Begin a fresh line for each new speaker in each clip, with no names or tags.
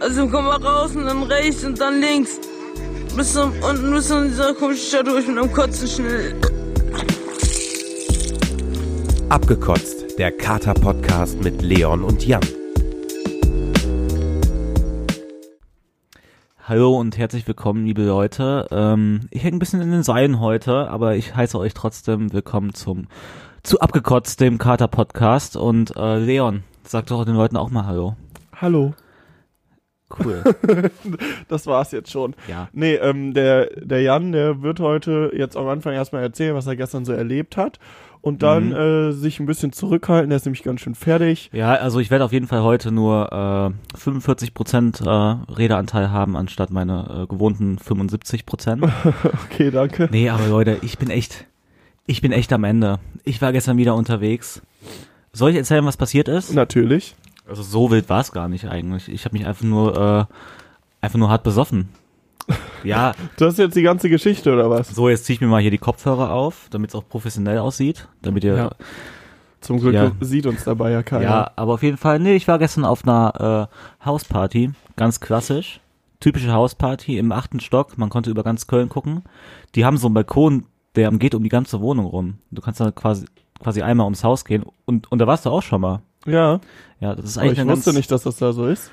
Also komm mal raus und dann rechts und dann links. Bis zum, unten bis in dieser komischen Stadt durch mit einem Kotzen schnell.
Abgekotzt, der Kater-Podcast mit Leon und Jan.
Hallo und herzlich willkommen, liebe Leute. Ähm, ich hänge ein bisschen in den Seilen heute, aber ich heiße euch trotzdem willkommen zum zu abgekotzt dem Kater Podcast und äh, Leon, sag doch den Leuten auch mal Hallo.
Hallo.
Cool.
Das war's jetzt schon.
Ja.
Nee, ähm, der, der Jan, der wird heute jetzt am Anfang erstmal erzählen, was er gestern so erlebt hat. Und dann äh, sich ein bisschen zurückhalten, der ist nämlich ganz schön fertig.
Ja, also ich werde auf jeden Fall heute nur äh, 45 Prozent äh, Redeanteil haben anstatt meine äh, gewohnten 75 Prozent.
Okay, danke.
Nee, aber Leute, ich bin echt, ich bin echt am Ende. Ich war gestern wieder unterwegs. Soll ich erzählen, was passiert ist?
Natürlich.
Also so wild war es gar nicht eigentlich. Ich habe mich einfach nur, äh, einfach nur hart besoffen. Ja,
Das ist jetzt die ganze Geschichte, oder was?
so jetzt ziehe ich mir mal hier die Kopfhörer auf, damit es auch professionell aussieht, damit ihr
Ja. Zum Glück
Ja.
sieht uns dabei ja keiner.
Ja, aber auf jeden Fall, nee, ich war gestern auf einer äh, Hausparty, ganz klassisch. Typische Hausparty im achten Stock, man konnte über ganz Köln gucken. Die haben so einen Balkon, der geht um die ganze Wohnung rum. Du kannst da quasi, quasi einmal ums Haus gehen und, und da warst du auch schon mal.
Ja,
Ja, das ist
aber
eigentlich
ich
eine ganz,
wusste nicht, dass das da so ist.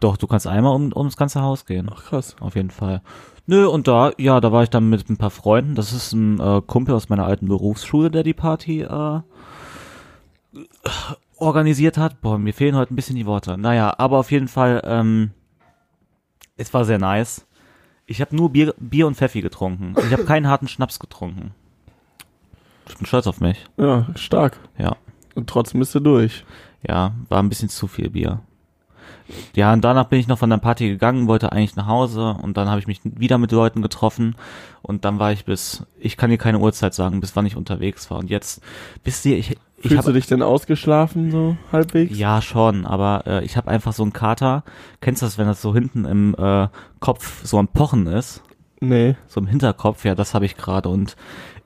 Doch, du kannst einmal um, ums ganze Haus gehen.
Ach, krass.
Auf jeden Fall. Nö, und da, ja, da war ich dann mit ein paar Freunden. Das ist ein äh, Kumpel aus meiner alten Berufsschule, der die Party äh, organisiert hat. Boah, mir fehlen heute ein bisschen die Worte. Naja, aber auf jeden Fall, ähm, es war sehr nice. Ich habe nur Bier, Bier und Pfeffi getrunken. Ich habe keinen harten Schnaps getrunken. Ich bin stolz auf mich.
Ja, stark.
Ja,
Und trotzdem bist du durch.
ja, war ein bisschen zu viel Bier. Ja, und danach bin ich noch von der Party gegangen, wollte eigentlich nach Hause und dann habe ich mich wieder mit Leuten getroffen und dann war ich bis, ich kann dir keine Uhrzeit sagen, bis wann ich unterwegs war. Und jetzt, wisst ihr, ich, ich
Fühlst du
habe
dich denn ausgeschlafen so halbwegs?
ja schon, aber äh, ich habe einfach so einen Kater. Kennst du das, wenn das so hinten im äh, Kopf so am Pochen ist?
Nee.
So im Hinterkopf, ja, das habe ich gerade und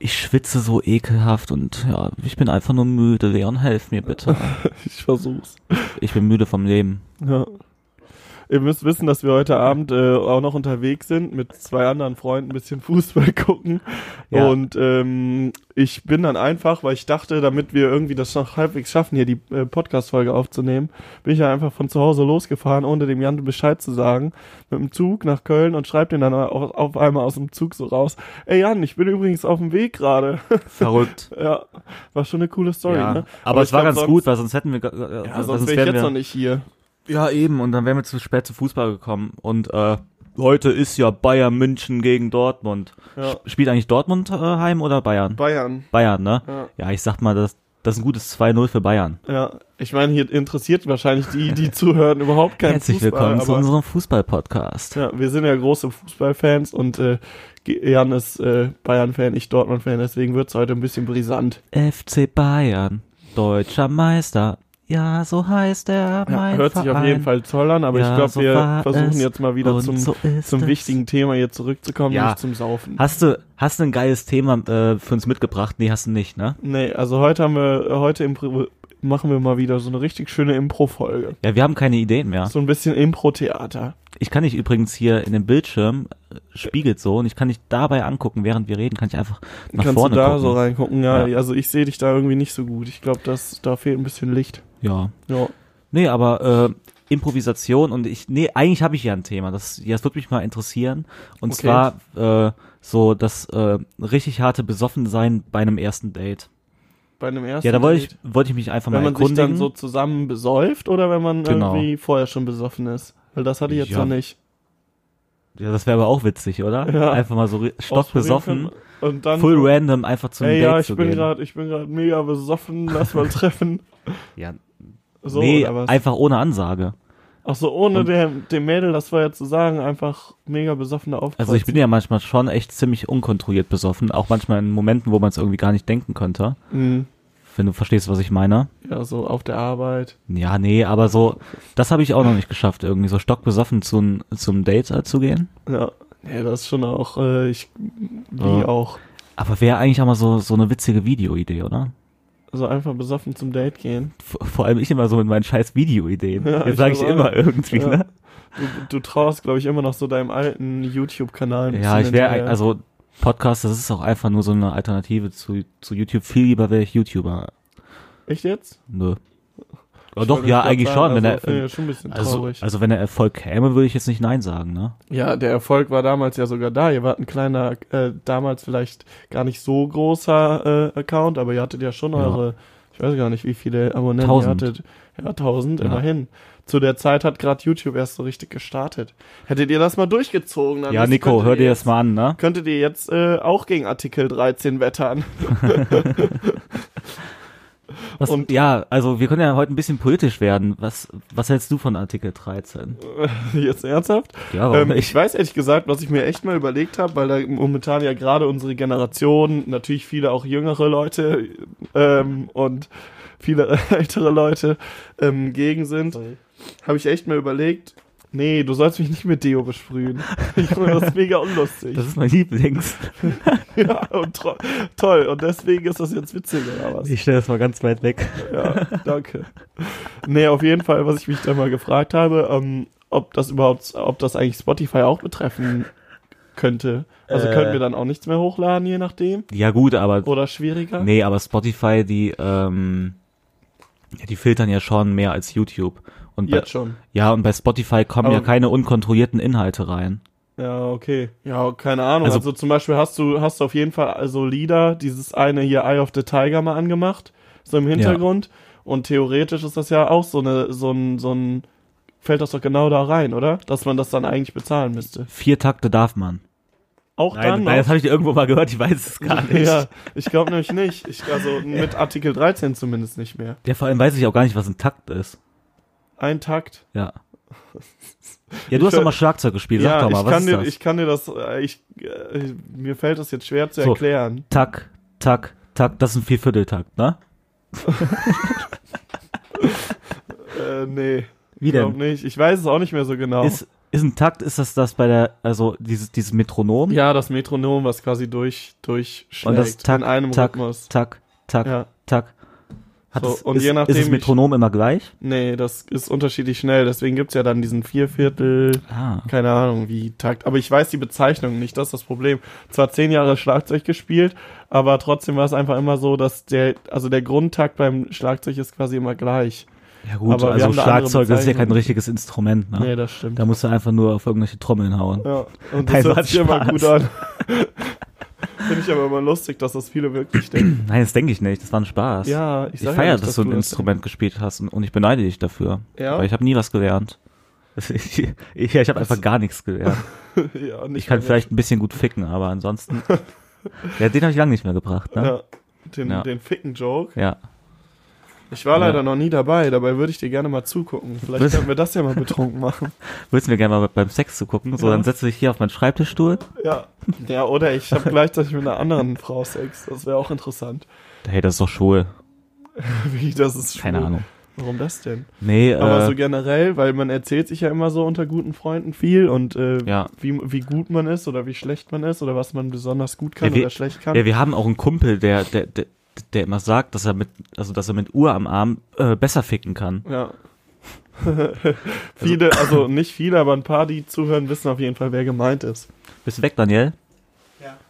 ich schwitze so ekelhaft und ja, ich bin einfach nur müde. Leon, helf mir bitte.
Ich versuch's.
Ich bin müde vom Leben.
Ja. Ihr müsst wissen, dass wir heute Abend äh, auch noch unterwegs sind, mit zwei anderen Freunden ein bisschen Fußball gucken.
Ja.
Und ähm, ich bin dann einfach, weil ich dachte, damit wir irgendwie das noch halbwegs schaffen, hier die äh, Podcast-Folge aufzunehmen, bin ich ja einfach von zu Hause losgefahren, ohne dem Jan Bescheid zu sagen, mit dem Zug nach Köln und schreibt den dann au- auf einmal aus dem Zug so raus, ey Jan, ich bin übrigens auf dem Weg gerade.
Verrückt.
ja, war schon eine coole Story,
ja.
ne?
Aber, es
ich
war
glaub,
ganz
sonst-
gut, weil sonst hätten wir. ge- äh,
Ja, sonst wäre ich
wären
jetzt
wir,
noch nicht hier.
Ja, eben. Und dann wären wir zu spät zu Fußball gekommen. Und äh, heute ist ja Bayern München gegen Dortmund.
Ja.
Sp- Spielt eigentlich Dortmund äh, heim oder Bayern?
Bayern.
Bayern, ne?
Ja.
Ja, ich sag mal, das, das ist ein gutes 2-0 für Bayern.
Ja, ich meine, hier interessiert wahrscheinlich die, die zuhören, überhaupt keinen
Herzlich
Fußball.
willkommen zu
aber-
unserem Fußball-Podcast.
Ja, wir sind ja große Fußballfans und äh, G- Jan ist äh, Bayern-Fan, ich Dortmund-Fan, deswegen wird's heute ein bisschen brisant.
FC Bayern, deutscher Meister. Ja, so heißt er.
Ja,
mein
hört
Verein.
sich auf jeden Fall toll an, aber
Ja,
ich glaube,
so
wir
war
versuchen
es
jetzt mal wieder
und
zum,
so ist
zum
es.
wichtigen Thema hier zurückzukommen,
Ja.
nämlich zum Saufen.
Hast du, hast du ein geiles Thema äh, für uns mitgebracht? Nee, hast du nicht, ne?
nee, also heute haben wir, heute impro machen wir mal wieder so eine richtig schöne Impro-Folge.
Ja, wir haben keine Ideen mehr.
So ein bisschen Impro-Theater.
Ich kann nicht übrigens hier in dem Bildschirm äh, spiegelt so und ich kann nicht dabei angucken, während wir reden, kann ich einfach nach
Kannst du
vorne
da
gucken.
so reingucken? Ja,
Ja.
also ich sehe dich da irgendwie nicht so gut. Ich glaube, da fehlt ein bisschen Licht.
Ja.
Ja.
Nee, aber äh, Improvisation und ich nee, eigentlich habe ich ja ein Thema, das das würde mich mal interessieren und
Okay.
zwar äh, so das äh, richtig harte Besoffensein bei einem ersten Date.
Bei einem ersten
Ja, da wollte ich
Date.
wollte ich mich einfach
Wenn
mal
man sich
erkundigen.
dann so zusammen besäuft oder wenn man
Genau.
irgendwie vorher schon besoffen ist. Weil das hatte ich jetzt
Ja,
noch nicht.
ja, das wäre aber auch witzig, oder?
Ja.
Einfach mal so ri- stockbesoffen,
Ausprobieren können Und dann.
full random einfach zum
Ey,
Date
ja, ich
zu
bin
gehen.
gerade, ich bin gerade mega besoffen, lass mal treffen.
ja,
So,
nee,
oder was?
einfach ohne Ansage.
Ach so, ohne
und-
dem, dem Mädel das vorher zu sagen, einfach mega besoffene Auftritt.
Also ich bin ja manchmal schon echt ziemlich unkontrolliert besoffen, auch manchmal in Momenten, wo man es irgendwie gar nicht denken könnte,
Mhm.
wenn du verstehst, was ich meine.
Ja, so auf der Arbeit.
Ja, nee, aber so, das habe ich auch noch nicht geschafft, irgendwie so stockbesoffen zu, zum Date äh, zu gehen.
Ja. Ja, das ist schon auch, äh, ich, wie
Ja.
auch.
Aber wäre eigentlich auch mal so, so eine witzige Videoidee, oder?
So einfach besoffen zum Date gehen.
V- Vor allem ich immer so mit meinen scheiß Videoideen.
Ja,
Jetzt
ich
sage ich
weiß auch.
immer irgendwie,
Ja.
ne?
Du, du traust, glaube ich, immer noch so deinem alten YouTube-Kanal. ein
Ja,
bisschen
ich wäre,
hinterher.
also Podcast, das ist auch einfach nur so eine Alternative zu, zu YouTube. Viel lieber wäre ich YouTuber.
Echt jetzt?
Nö. Ja,
Ich
doch,
wollte
ja,
grad
eigentlich
sagen,
schon. Wenn
also, finde
der,
ich schon ein bisschen
also,
traurig.
also wenn der Erfolg käme, würde ich jetzt nicht Nein sagen, ne?
Ja, der Erfolg war damals ja sogar da. Ihr wart ein kleiner, äh, damals vielleicht gar nicht so großer äh, Account, aber ihr hattet ja schon
Ja.
eure, ich weiß gar nicht, wie viele Abonnenten
Tausend.
ihr hattet. Ja, 1000,
Ja.
immerhin. Zu der Zeit hat gerade YouTube erst so richtig gestartet. Hättet ihr das mal durchgezogen? Dann
Ja,
wisst-
Nico,
könntet
hör dir
ihr eh
das mal an, ne?
Könntet ihr jetzt äh, auch gegen Artikel 13 wettern?
Was,
Und-
ja, also wir können ja heute ein bisschen politisch werden. Was, was hältst du von Artikel 13?
jetzt ernsthaft?
Ja, warum
Ähm,
nicht?
ich weiß ehrlich gesagt, was ich mir echt mal überlegt habe, weil da momentan ja gerade unsere Generation, natürlich viele auch jüngere Leute ähm, und viele ältere Leute ähm, gegen sind, habe ich echt mal überlegt, nee, du sollst mich nicht mit Deo besprühen. Ich finde das mega unlustig.
Das ist mein Lieblings.
ja, und tro- toll. Und deswegen ist das jetzt witzig, oder was?
Ich stelle das mal ganz weit weg.
Ja, danke. Nee, auf jeden Fall, was ich mich da mal gefragt habe, ähm, ob das überhaupt, ob das eigentlich Spotify auch betreffen könnte. Also
Äh.
könnten wir dann auch nichts mehr hochladen, je nachdem?
Ja gut, aber
Oder schwieriger?
nee, aber Spotify, die ähm, ja, die filtern ja schon mehr als YouTube und bei,
Jetzt schon.
ja und bei Spotify kommen ja
Aber-
keine unkontrollierten Inhalte rein.
Ja, okay. Ja, keine Ahnung.
Also-
Also, zum Beispiel hast du, hast du auf jeden Fall also Lieder, dieses eine hier Eye of the Tiger mal angemacht, so im Hintergrund. Und theoretisch ist das ja auch so eine, so ein, so ein, fällt das doch genau da rein, oder? Dass man das dann eigentlich bezahlen müsste.
Vier Takte darf man.
Auch
Nein,
dann
nein,
noch.
das habe ich irgendwo mal gehört. Ich weiß es gar nicht.
Ja, ich glaube nämlich nicht. Ich, also mit Artikel 13 zumindest nicht mehr.
Ja, vor allem weiß ich auch gar nicht, was ein Takt ist.
Ein Takt.
Ja. Ja, du hast
hör-
doch mal Schlagzeug gespielt. Sag
ja,
doch mal,
ich,
was
kann
ist
dir,
das?
ich kann dir das, äh, ich, äh, mir fällt das jetzt schwer zu
So.
erklären.
Tack, Tack, Tack. Das ist ein Viervierteltakt, ne?
Äh, nee.
Wie
Glaub
denn?
nicht. Ich weiß es auch nicht mehr so genau.
Ist, ist ein Takt, ist das das bei der, also dieses, dieses Metronom?
ja, das Metronom, was quasi durch,
Und
durchschlägt
das Tack,
in einem
Tack,
Rhythmus.
Tack, Tack,
Ja.
Tack. Hat
So,
es,
und
ist,
je nachdem,
ist das
wie-
Metronom immer gleich?
Nee, das ist unterschiedlich schnell. Deswegen gibt's ja dann diesen Vierviertel,
Ah.
keine Ahnung, wie Takt. Aber ich weiß die Bezeichnung nicht, das ist das Problem. Zwar zehn Jahre Schlagzeug gespielt, aber trotzdem war es einfach immer so, dass der, also der Grundtakt beim Schlagzeug ist quasi immer gleich.
Ja gut,
Aber wir
also
haben eine andere
Schlagzeug, das ist ja
Bezeichnung.
kein richtiges Instrument, ne?
Nee, das stimmt.
Da musst du einfach nur auf irgendwelche Trommeln hauen.
Ja,
Nein,
und das
war
hört sich immer
Spaß.
gut an. Finde ich aber immer lustig, dass das viele wirklich denken.
Nein, das denke ich nicht, das war ein Spaß.
Ja, ich
ich
sag ja
feiere,
nicht,
dass,
dass
du ein
du das-
Instrument gespielt hast und, und ich beneide dich dafür.
Ja?
Weil ich habe nie was gelernt. Ich, ich, ja, ich habe einfach gar nichts gelernt.
ja, nicht
Ich kann
mehr-
vielleicht ein bisschen gut ficken, aber ansonsten. ja, den habe ich lange nicht mehr gebracht, ne?
Ja, den,
Ja.
den Ficken-Joke.
Ja.
Ich war
Ja.
leider noch nie dabei, dabei würde ich dir gerne mal zugucken. Vielleicht
Was?
können wir das ja mal betrunken machen.
Würdest du mir gerne mal beim Sex zu gucken? So,
Ja.
dann setze ich hier auf meinen Schreibtischstuhl.
Ja, ja oder ich habe gleichzeitig mit einer anderen Frau Sex. Das wäre auch interessant.
Hey, das ist doch schwul.
Wie, das ist schwul.
Keine Ahnung.
Warum das denn?
Nee,
Aber
äh,
so generell, weil man erzählt sich ja immer so unter guten Freunden viel und äh,
Ja.
wie, wie gut man ist oder wie schlecht man ist oder was man besonders gut kann
Ja, wir-
oder schlecht kann.
ja, wir haben auch einen Kumpel, der, der, der, der immer sagt, dass er mit, also dass er mit Uhr am Arm äh, besser ficken kann.
Ja. viele, also nicht viele, aber ein paar, die zuhören, wissen auf jeden Fall, wer gemeint ist.
Bist du weg, Daniel?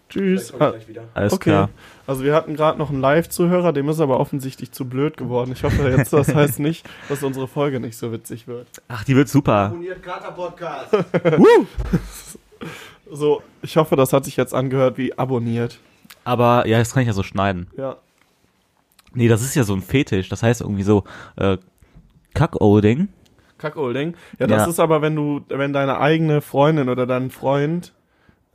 Tschüss. Ah,
Alles
okay.
klar.
Also wir hatten gerade noch einen Live-Zuhörer, dem ist aber offensichtlich zu blöd geworden. Ich hoffe jetzt, das heißt nicht, dass unsere Folge nicht so witzig wird.
Ach, die wird super.
abonniert Kater Podcast.
So, ich hoffe, das hat sich jetzt angehört wie abonniert.
Aber ja, das kann ich ja so schneiden.
Ja.
Nee, das ist ja so ein Fetisch. Das heißt irgendwie so äh, Cuckolding.
Kackolding. Ja, das
Ja.
ist aber, wenn du, wenn deine eigene Freundin oder dein Freund,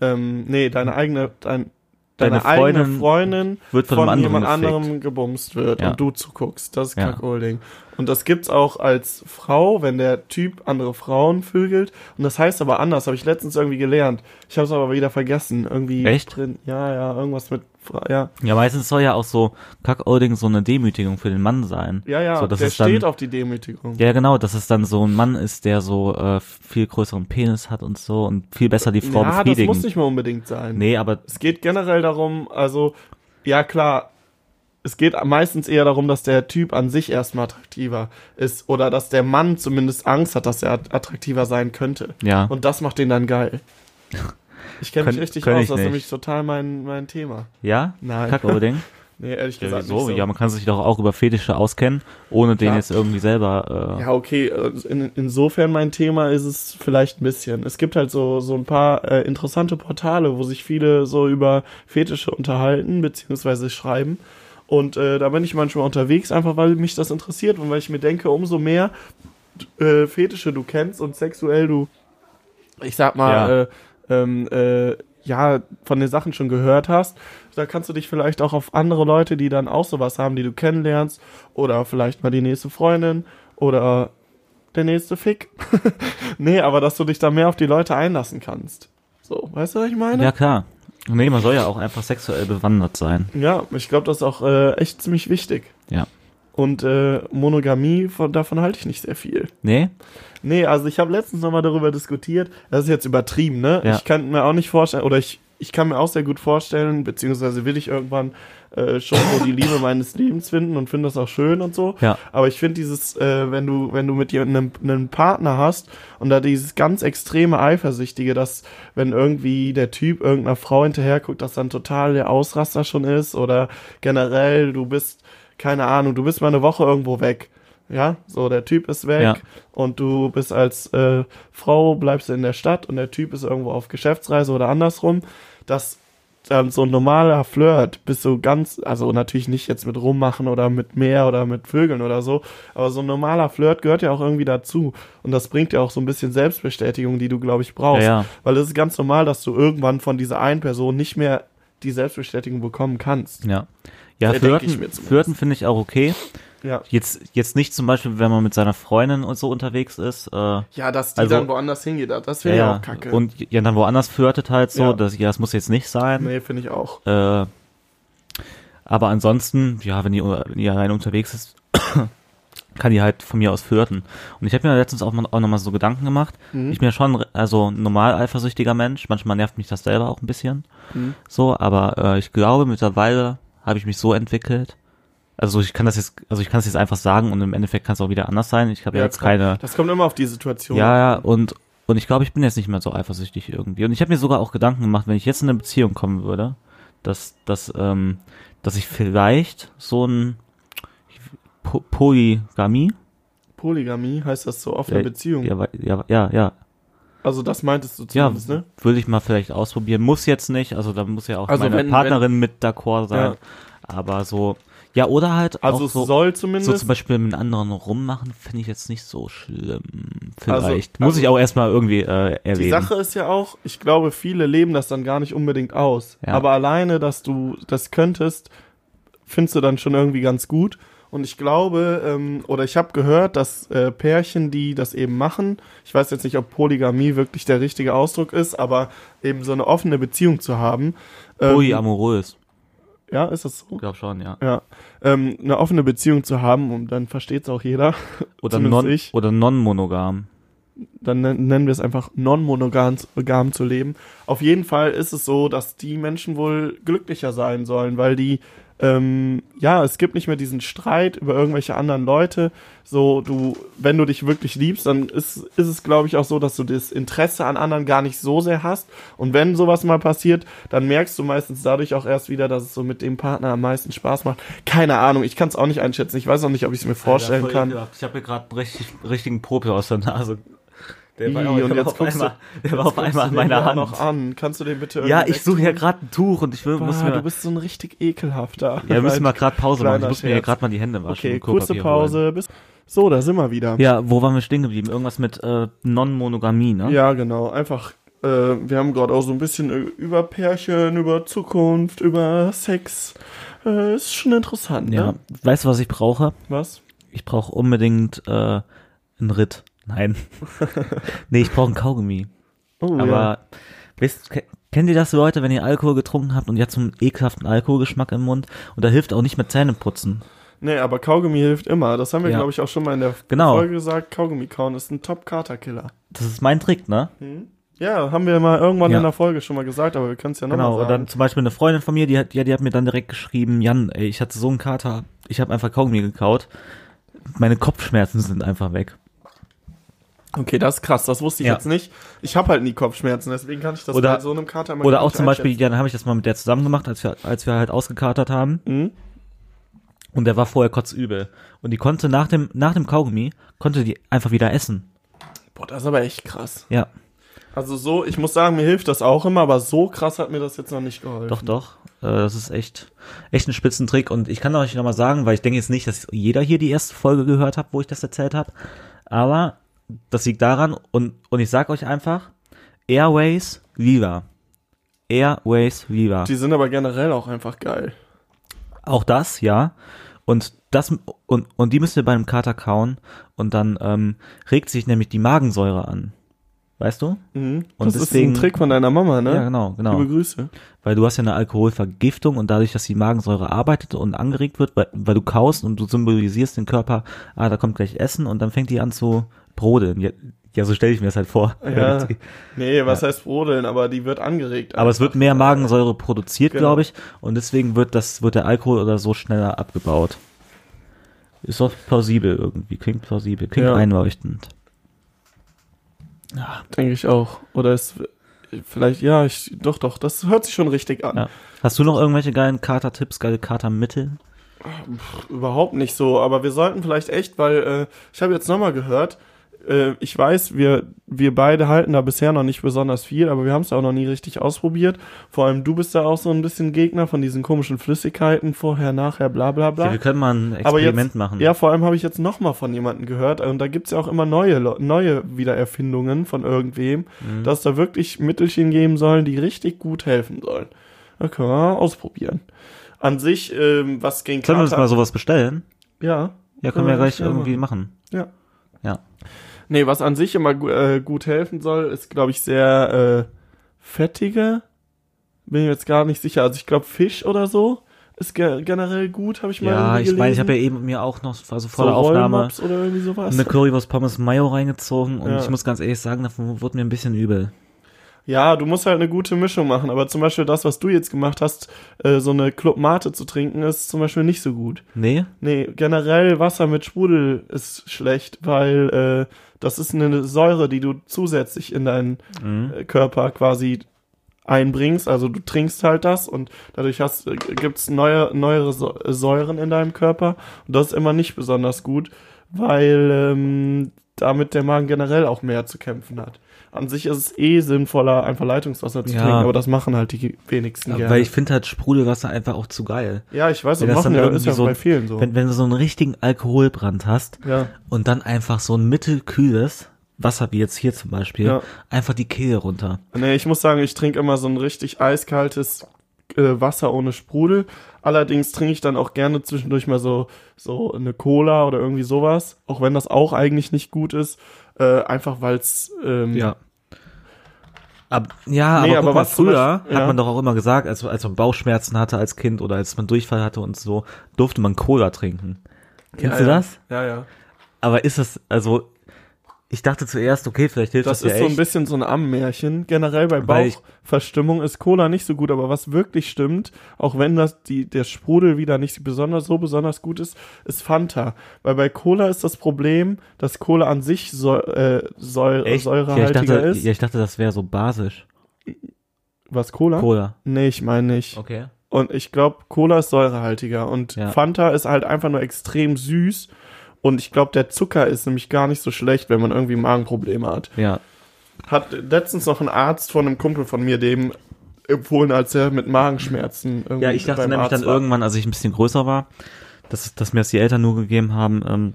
ähm, nee, deine eigene, dein, deine,
Deine
eigene
Freundin
Freundin
wird von einem anderen
jemand
gefickt.
anderem gebumst wird
Ja.
und du zuguckst. Das ist
Ja.
Cuckolding. Und das gibt's auch als Frau, wenn der Typ andere Frauen vögelt. Und das heißt aber anders, habe ich letztens irgendwie gelernt. Ich habe es aber wieder vergessen. Irgendwie
Echt?
drin. Ja, ja, irgendwas mit Fra ja.
Ja, meistens soll ja auch so Cuckolding so eine Demütigung für den Mann sein.
Ja, ja,
so, dass
der
es dann,
steht auf die Demütigung.
Ja, genau, dass es dann so ein Mann ist, der so äh, viel größeren Penis hat und so und viel besser die Frau
ja das
befriedigen.
muss nicht mal unbedingt sein.
nee, aber
Es geht generell darum, also, ja klar, es geht meistens eher darum, dass der Typ an sich erstmal attraktiver ist oder dass der Mann zumindest Angst hat, dass er att- attraktiver sein könnte.
Ja.
Und das macht den dann geil. Ich kenne mich
Könn-
richtig
könn
aus,
ich
das ist
nicht.
nämlich total mein, mein Thema.
Ja?
Nein.
Kackohrding?
Nee, ehrlich
Ja,
gesagt
so,
nicht so.
ja, man kann sich doch auch über Fetische auskennen, ohne den
Ja.
jetzt irgendwie selber. Äh,
Ja, okay, äh, in, insofern mein Thema ist es vielleicht ein bisschen. Es gibt halt so, so ein paar äh, interessante Portale, wo sich viele so über Fetische unterhalten beziehungsweise schreiben. Und äh, da bin ich manchmal unterwegs, einfach weil mich das interessiert und weil ich mir denke, umso mehr äh, Fetische du kennst und sexuell du, ich sag mal,
Ja.
äh, ähm, äh, ja, von den Sachen schon gehört hast, da kannst du dich vielleicht auch auf andere Leute, die dann auch sowas haben, die du kennenlernst, oder vielleicht mal die nächste Freundin oder der nächste Fick. nee, aber dass du dich da mehr auf die Leute einlassen kannst. So, weißt du, was ich meine?
ja, klar. Nee, man soll ja auch einfach sexuell bewandert sein.
Ja, ich glaube, das ist auch äh, echt ziemlich wichtig.
Ja.
Und äh, Monogamie, von, davon halte ich nicht sehr viel.
Nee?
Nee, also ich habe letztens nochmal darüber diskutiert. Das ist jetzt übertrieben, ne?
Ja.
Ich kann mir auch nicht vorstellen, oder ich, ich kann mir auch sehr gut vorstellen, beziehungsweise will ich irgendwann äh, schon so die Liebe meines Lebens finden und finde das auch schön und so.
Ja.
Aber ich finde dieses, äh, wenn du, wenn du mit jemandem einen Partner hast und da dieses ganz extreme Eifersüchtige, dass wenn irgendwie der Typ irgendeiner Frau hinterherguckt, dass dann total der Ausraster schon ist oder generell du bist, keine Ahnung, du bist mal eine Woche irgendwo weg. Ja, so der Typ ist weg
Ja.
und du bist als äh, Frau, bleibst in der Stadt und der Typ ist irgendwo auf Geschäftsreise oder andersrum, dass dann so ein normaler Flirt, bist du ganz, also natürlich nicht jetzt mit rummachen oder mit Meer oder mit Vögeln oder so, aber so ein normaler Flirt gehört ja auch irgendwie dazu und das bringt ja auch so ein bisschen Selbstbestätigung, die du, glaube ich, brauchst.
Ja, ja.
Weil es ist ganz normal, dass du irgendwann von dieser einen Person nicht mehr die Selbstbestätigung bekommen kannst.
Ja. Ja,
Ja, denke ich
Flirten,
mir zumindest.
Flirten finde ich auch okay.
Ja.
Jetzt, jetzt nicht zum Beispiel, wenn man mit seiner Freundin und so unterwegs ist. Äh,
Ja, dass die
Also-
dann woanders hingeht, das wäre ja, auch kacke.
Und ja, dann woanders flirtet halt so,
Ja.
dass ja, das muss jetzt nicht sein.
nee, finde ich auch.
Äh, aber ansonsten, ja, wenn die, wenn die allein unterwegs ist, kann die halt von mir aus flirten. Und ich habe mir letztens auch, mal- auch nochmal so Gedanken gemacht. Ich bin ja schon also ein normal eifersüchtiger Mensch. Manchmal nervt mich das selber auch ein bisschen. So, aber äh, ich glaube, mittlerweile habe ich mich so entwickelt. Also ich kann das jetzt, also ich kann es jetzt einfach sagen und im Endeffekt kann es auch wieder anders sein. Ich habe ja,
Ja,
jetzt keine.
Das kommt immer auf die Situation.
Ja, ja, und, und ich glaube, ich bin jetzt nicht mehr so eifersüchtig irgendwie. Und ich habe mir sogar auch Gedanken gemacht, wenn ich jetzt in eine Beziehung kommen würde, dass, dass, ähm, dass ich vielleicht so ein Po- Polygamie. Äh,
Polygamie heißt das so offene Beziehung.
Ja, wei- ja, ja, ja.
Also das meintest du
ja
zumindest, ne?
Würde ich mal vielleicht ausprobieren. Muss jetzt nicht. Also da muss ja auch
Also
meine
wenn-
Partnerin mit d'accord sein.
Ja.
Aber so. Ja, oder halt
Also
auch so,
es soll
so
zumindest.
zum Beispiel mit anderen rummachen, finde ich jetzt nicht so schlimm. Vielleicht.
Also-
Muss
also-
ich auch erstmal irgendwie äh, erwähnen.
die Sache ist ja auch, ich glaube, viele leben das dann gar nicht unbedingt aus.
Ja.
Aber alleine, dass du das könntest, findest du dann schon irgendwie ganz gut. Und ich glaube, ähm, oder ich habe gehört, dass äh, Pärchen, die das eben machen, ich weiß jetzt nicht, ob Polygamie wirklich der richtige Ausdruck ist, aber eben so eine offene Beziehung zu haben. Ähm,
Polyamorös.
Ja, ist das so?
Ich glaube schon, ja.
Ja. Ähm, eine offene Beziehung zu haben, und dann versteht es auch jeder.
Oder,
Zumindest
non,
ich.
oder non-monogam.
dann nen- nennen wir es einfach non-monogam monogam zu leben. Auf jeden Fall ist es so, dass die Menschen wohl glücklicher sein sollen, weil die, ähm, ja, es gibt nicht mehr diesen Streit über irgendwelche anderen Leute. So, du, wenn du dich wirklich liebst, dann ist, ist es, glaube ich, auch so, dass du das Interesse an anderen gar nicht so sehr hast. Und wenn sowas mal passiert, dann merkst du meistens dadurch auch erst wieder, dass es so mit dem Partner am meisten Spaß macht. Keine Ahnung, ich kann es auch nicht einschätzen. Ich weiß auch nicht, ob ich es mir vorstellen kann.
Ich habe mir gerade richtig, richtigen Popel aus der Nase. Der
Ih,
der
und jetzt
auf
guckst du-
einmal, der war
Jetzt
auf einmal
guckst
an
du den
meiner
ja auch
Hand.
Noch an. Kannst du den bitte
ja,
irgendwie
ich suche ja gerade ein Tuch und ich will, muss
Ah,
mir,
du bist so ein richtig ekelhafter.
ja, wir müssen mal gerade Pause machen. Ich
Kleiner
muss mir ja
Scherz.
gerade mal die Hände waschen.
Okay,
und
kurze
Klopapier holen.
Pause. Bis so, da sind wir wieder.
Ja, wo waren wir stehen geblieben? Irgendwas mit äh, Non-Monogamie, ne?
Ja, genau. Einfach, äh, wir haben gerade auch so ein bisschen äh, über Pärchen, über Zukunft, über Sex. Äh, ist schon interessant,
ja.
ne?
Weißt du, was ich brauche?
Was?
Ich brauche unbedingt äh, einen Ritt. Nein. nee, ich brauche einen Kaugummi.
Oh, ja.
Aber wisst, ke- kennt ihr das Leute, wenn ihr Alkohol getrunken habt und ihr habt so einen ekelhaften Alkoholgeschmack im Mund und da hilft auch nicht mehr Zähneputzen.
Nee, aber Kaugummi hilft immer. Das haben wir,
Ja.
glaube ich, auch schon mal in der
Genau.
Folge gesagt. Kaugummi kauen ist ein Top-Katerkiller.
Das ist mein Trick, ne?
Ja, haben wir mal irgendwann
Ja.
in der Folge schon mal gesagt, aber wir können es ja nochmal
Genau,
genau,
und
sagen.
dann zum Beispiel eine Freundin von mir, die hat, ja, die hat mir dann direkt geschrieben, Jan, ey, ich hatte so einen Kater, ich habe einfach Kaugummi gekaut, meine Kopfschmerzen sind einfach weg.
okay, das ist krass, das wusste ich
Ja.
jetzt nicht. Ich habe halt nie Kopfschmerzen, deswegen kann ich das
Oder-
bei so einem Kater mal
Oder
gar
auch
nicht
zum Beispiel,
einschätzen.
ja, dann habe ich das mal mit der zusammen gemacht, als wir, als wir halt ausgekatert haben.
Mhm.
Und der war vorher kotzübel. Und die konnte nach dem, nach dem Kaugummi, konnte die einfach wieder essen.
Boah, das ist aber echt krass.
Ja,
Also so, ich muss sagen, mir hilft das auch immer, aber so krass hat mir das jetzt noch nicht geholfen.
doch, doch. Äh, das ist echt, echt ein Spitzentrick. Und ich kann euch nochmal sagen, weil ich denke jetzt nicht, dass jeder hier die erste Folge gehört hat, wo ich das erzählt habe. Aber das liegt daran, und, und ich sag euch einfach, Airways Viva. Airways Viva.
Die sind aber generell auch einfach geil.
Auch das, ja. Und das und, und die müsst ihr bei einem Kater kauen und dann ähm, regt sich nämlich die Magensäure an. Weißt du?
Mhm.
Und
das
deswegen-
ist ein Trick von deiner Mama, ne?
Ja, genau, genau.
Liebe Grüße.
Weil du hast ja eine Alkoholvergiftung und dadurch, dass die Magensäure arbeitet und angeregt wird, weil, weil du kaust und du symbolisierst den Körper, ah, da kommt gleich Essen und dann fängt die an zu brodeln. Ja, ja so stelle ich mir das halt vor.
Ja. Nee, was heißt brodeln, aber die wird angeregt.
Aber es wird mehr Magensäure produziert,
Genau.
glaube ich, und deswegen wird das wird der Alkohol oder so schneller abgebaut. Ist doch plausibel irgendwie, klingt plausibel, klingt
Ja.
einleuchtend.
Denke ich auch. Oder es vielleicht, ja, ich, doch, doch, das hört sich schon richtig an.
Ja. Hast du noch irgendwelche geilen Kater-Tipps, geile Katermittel?
Überhaupt nicht so, aber wir sollten vielleicht echt, weil äh, ich habe jetzt nochmal gehört, äh, ich weiß, wir, wir beide halten da bisher noch nicht besonders viel, aber wir haben es auch noch nie richtig ausprobiert. Vor allem du bist da auch so ein bisschen Gegner von diesen komischen Flüssigkeiten, vorher, nachher, bla bla bla.
Ja, wir können mal ein
aber
Experiment
jetzt,
machen.
Ja, vor allem habe ich jetzt nochmal von jemandem gehört und da gibt's ja auch immer neue, Lo- neue Wiedererfindungen von irgendwem,
Mhm.
dass da wirklich Mittelchen geben sollen, die richtig gut helfen sollen. Da können wir mal ausprobieren. An sich, ähm, was gegen
Sollen wir uns
Kater-
mal sowas bestellen?
Ja.
Ja, können wir
Ja,
gleich
ja,
irgendwie machen.
Ja.
Ja.
Nee, was an sich immer gu- äh, gut helfen soll, ist, glaube ich, sehr äh, fettige. Bin ich mir jetzt gar nicht sicher. Also ich glaube, Fisch oder so ist ge generell gut, habe ich mal
Ja,
irgendwie
ich meine, ich habe
gelesen.
ja eben mir auch noch, also vor
so
der Aufnahme,
Rollmops oder irgendwie sowas.
eine Currywurst Pommes Mayo reingezogen und
Ja.
ich muss ganz ehrlich sagen, davon wurde mir ein bisschen übel.
Ja, du musst halt eine gute Mischung machen, aber zum Beispiel das, was du jetzt gemacht hast, äh, so eine Club Mate zu trinken, ist zum Beispiel nicht so gut.
Nee?
Nee, generell Wasser mit Sprudel ist schlecht, weil äh, das ist eine Säure, die du zusätzlich in deinen
Mhm.
äh, Körper quasi einbringst. Also du trinkst halt das und dadurch hast, äh, gibt's neue, neuere Sa- äh, Säuren in deinem Körper. Und das ist immer nicht besonders gut, weil ähm, damit der Magen generell auch mehr zu kämpfen hat. An sich ist es eh sinnvoller, einfach Leitungswasser zu
Ja.
trinken, aber das machen halt die wenigsten gerne.
Weil ich finde halt Sprudelwasser einfach auch zu geil.
ja, ich weiß,
Wenn
das
das
machen
dann
ja, ist
irgendwie
ja
so-
bei vielen so.
Wenn, wenn du so einen richtigen Alkoholbrand hast
ja.
und dann einfach so ein mittelkühles Wasser, wie jetzt hier zum Beispiel,
Ja.
einfach die Kehle runter.
Nee, ich muss sagen, ich trinke immer so ein richtig eiskaltes äh, Wasser ohne Sprudel. Allerdings trinke ich dann auch gerne zwischendurch mal so, so eine Cola oder irgendwie sowas. Auch wenn das auch eigentlich nicht gut ist. Äh, einfach weil's, ähm,
Ab, ja,
Nee,
aber,
aber
guck mal,
was zum
früher
Beispiel-
hat
ja.
man doch auch immer gesagt, als, als man Bauchschmerzen hatte als Kind oder als man Durchfall hatte und so, durfte man Cola trinken. Kennst
ja,
du
ja.
das?
Ja, ja.
Aber ist das, also, ich dachte zuerst, okay, vielleicht hilft das,
Das ist
ja
so
echt.
ein bisschen so ein Ammenmärchen. Generell bei
Weil ich-
Bauchverstimmung ist Cola nicht so gut, aber was wirklich stimmt, auch wenn das die, der Sprudel wieder nicht besonders, so besonders gut ist, ist Fanta. Weil bei Cola ist das Problem, dass Cola an sich so, äh, säure,
echt? Ja, ich
säurehaltiger
dachte,
ist.
ja, ich dachte, das wäre so basisch.
Was, Cola?
Cola.
Nee, ich meine nicht.
Okay.
Und ich glaube, Cola ist säurehaltiger und
Ja.
Fanta ist halt einfach nur extrem süß. Und ich glaube, der Zucker ist nämlich gar nicht so schlecht, wenn man irgendwie Magenprobleme hat.
Ja.
Hat letztens noch ein Arzt von einem Kumpel von mir dem empfohlen, als er mit Magenschmerzen irgendwie
Ja, ich dachte
beim
nämlich
Arzt
dann
war.
irgendwann, als ich ein bisschen größer war, dass, dass mir das die Eltern nur gegeben haben, ähm,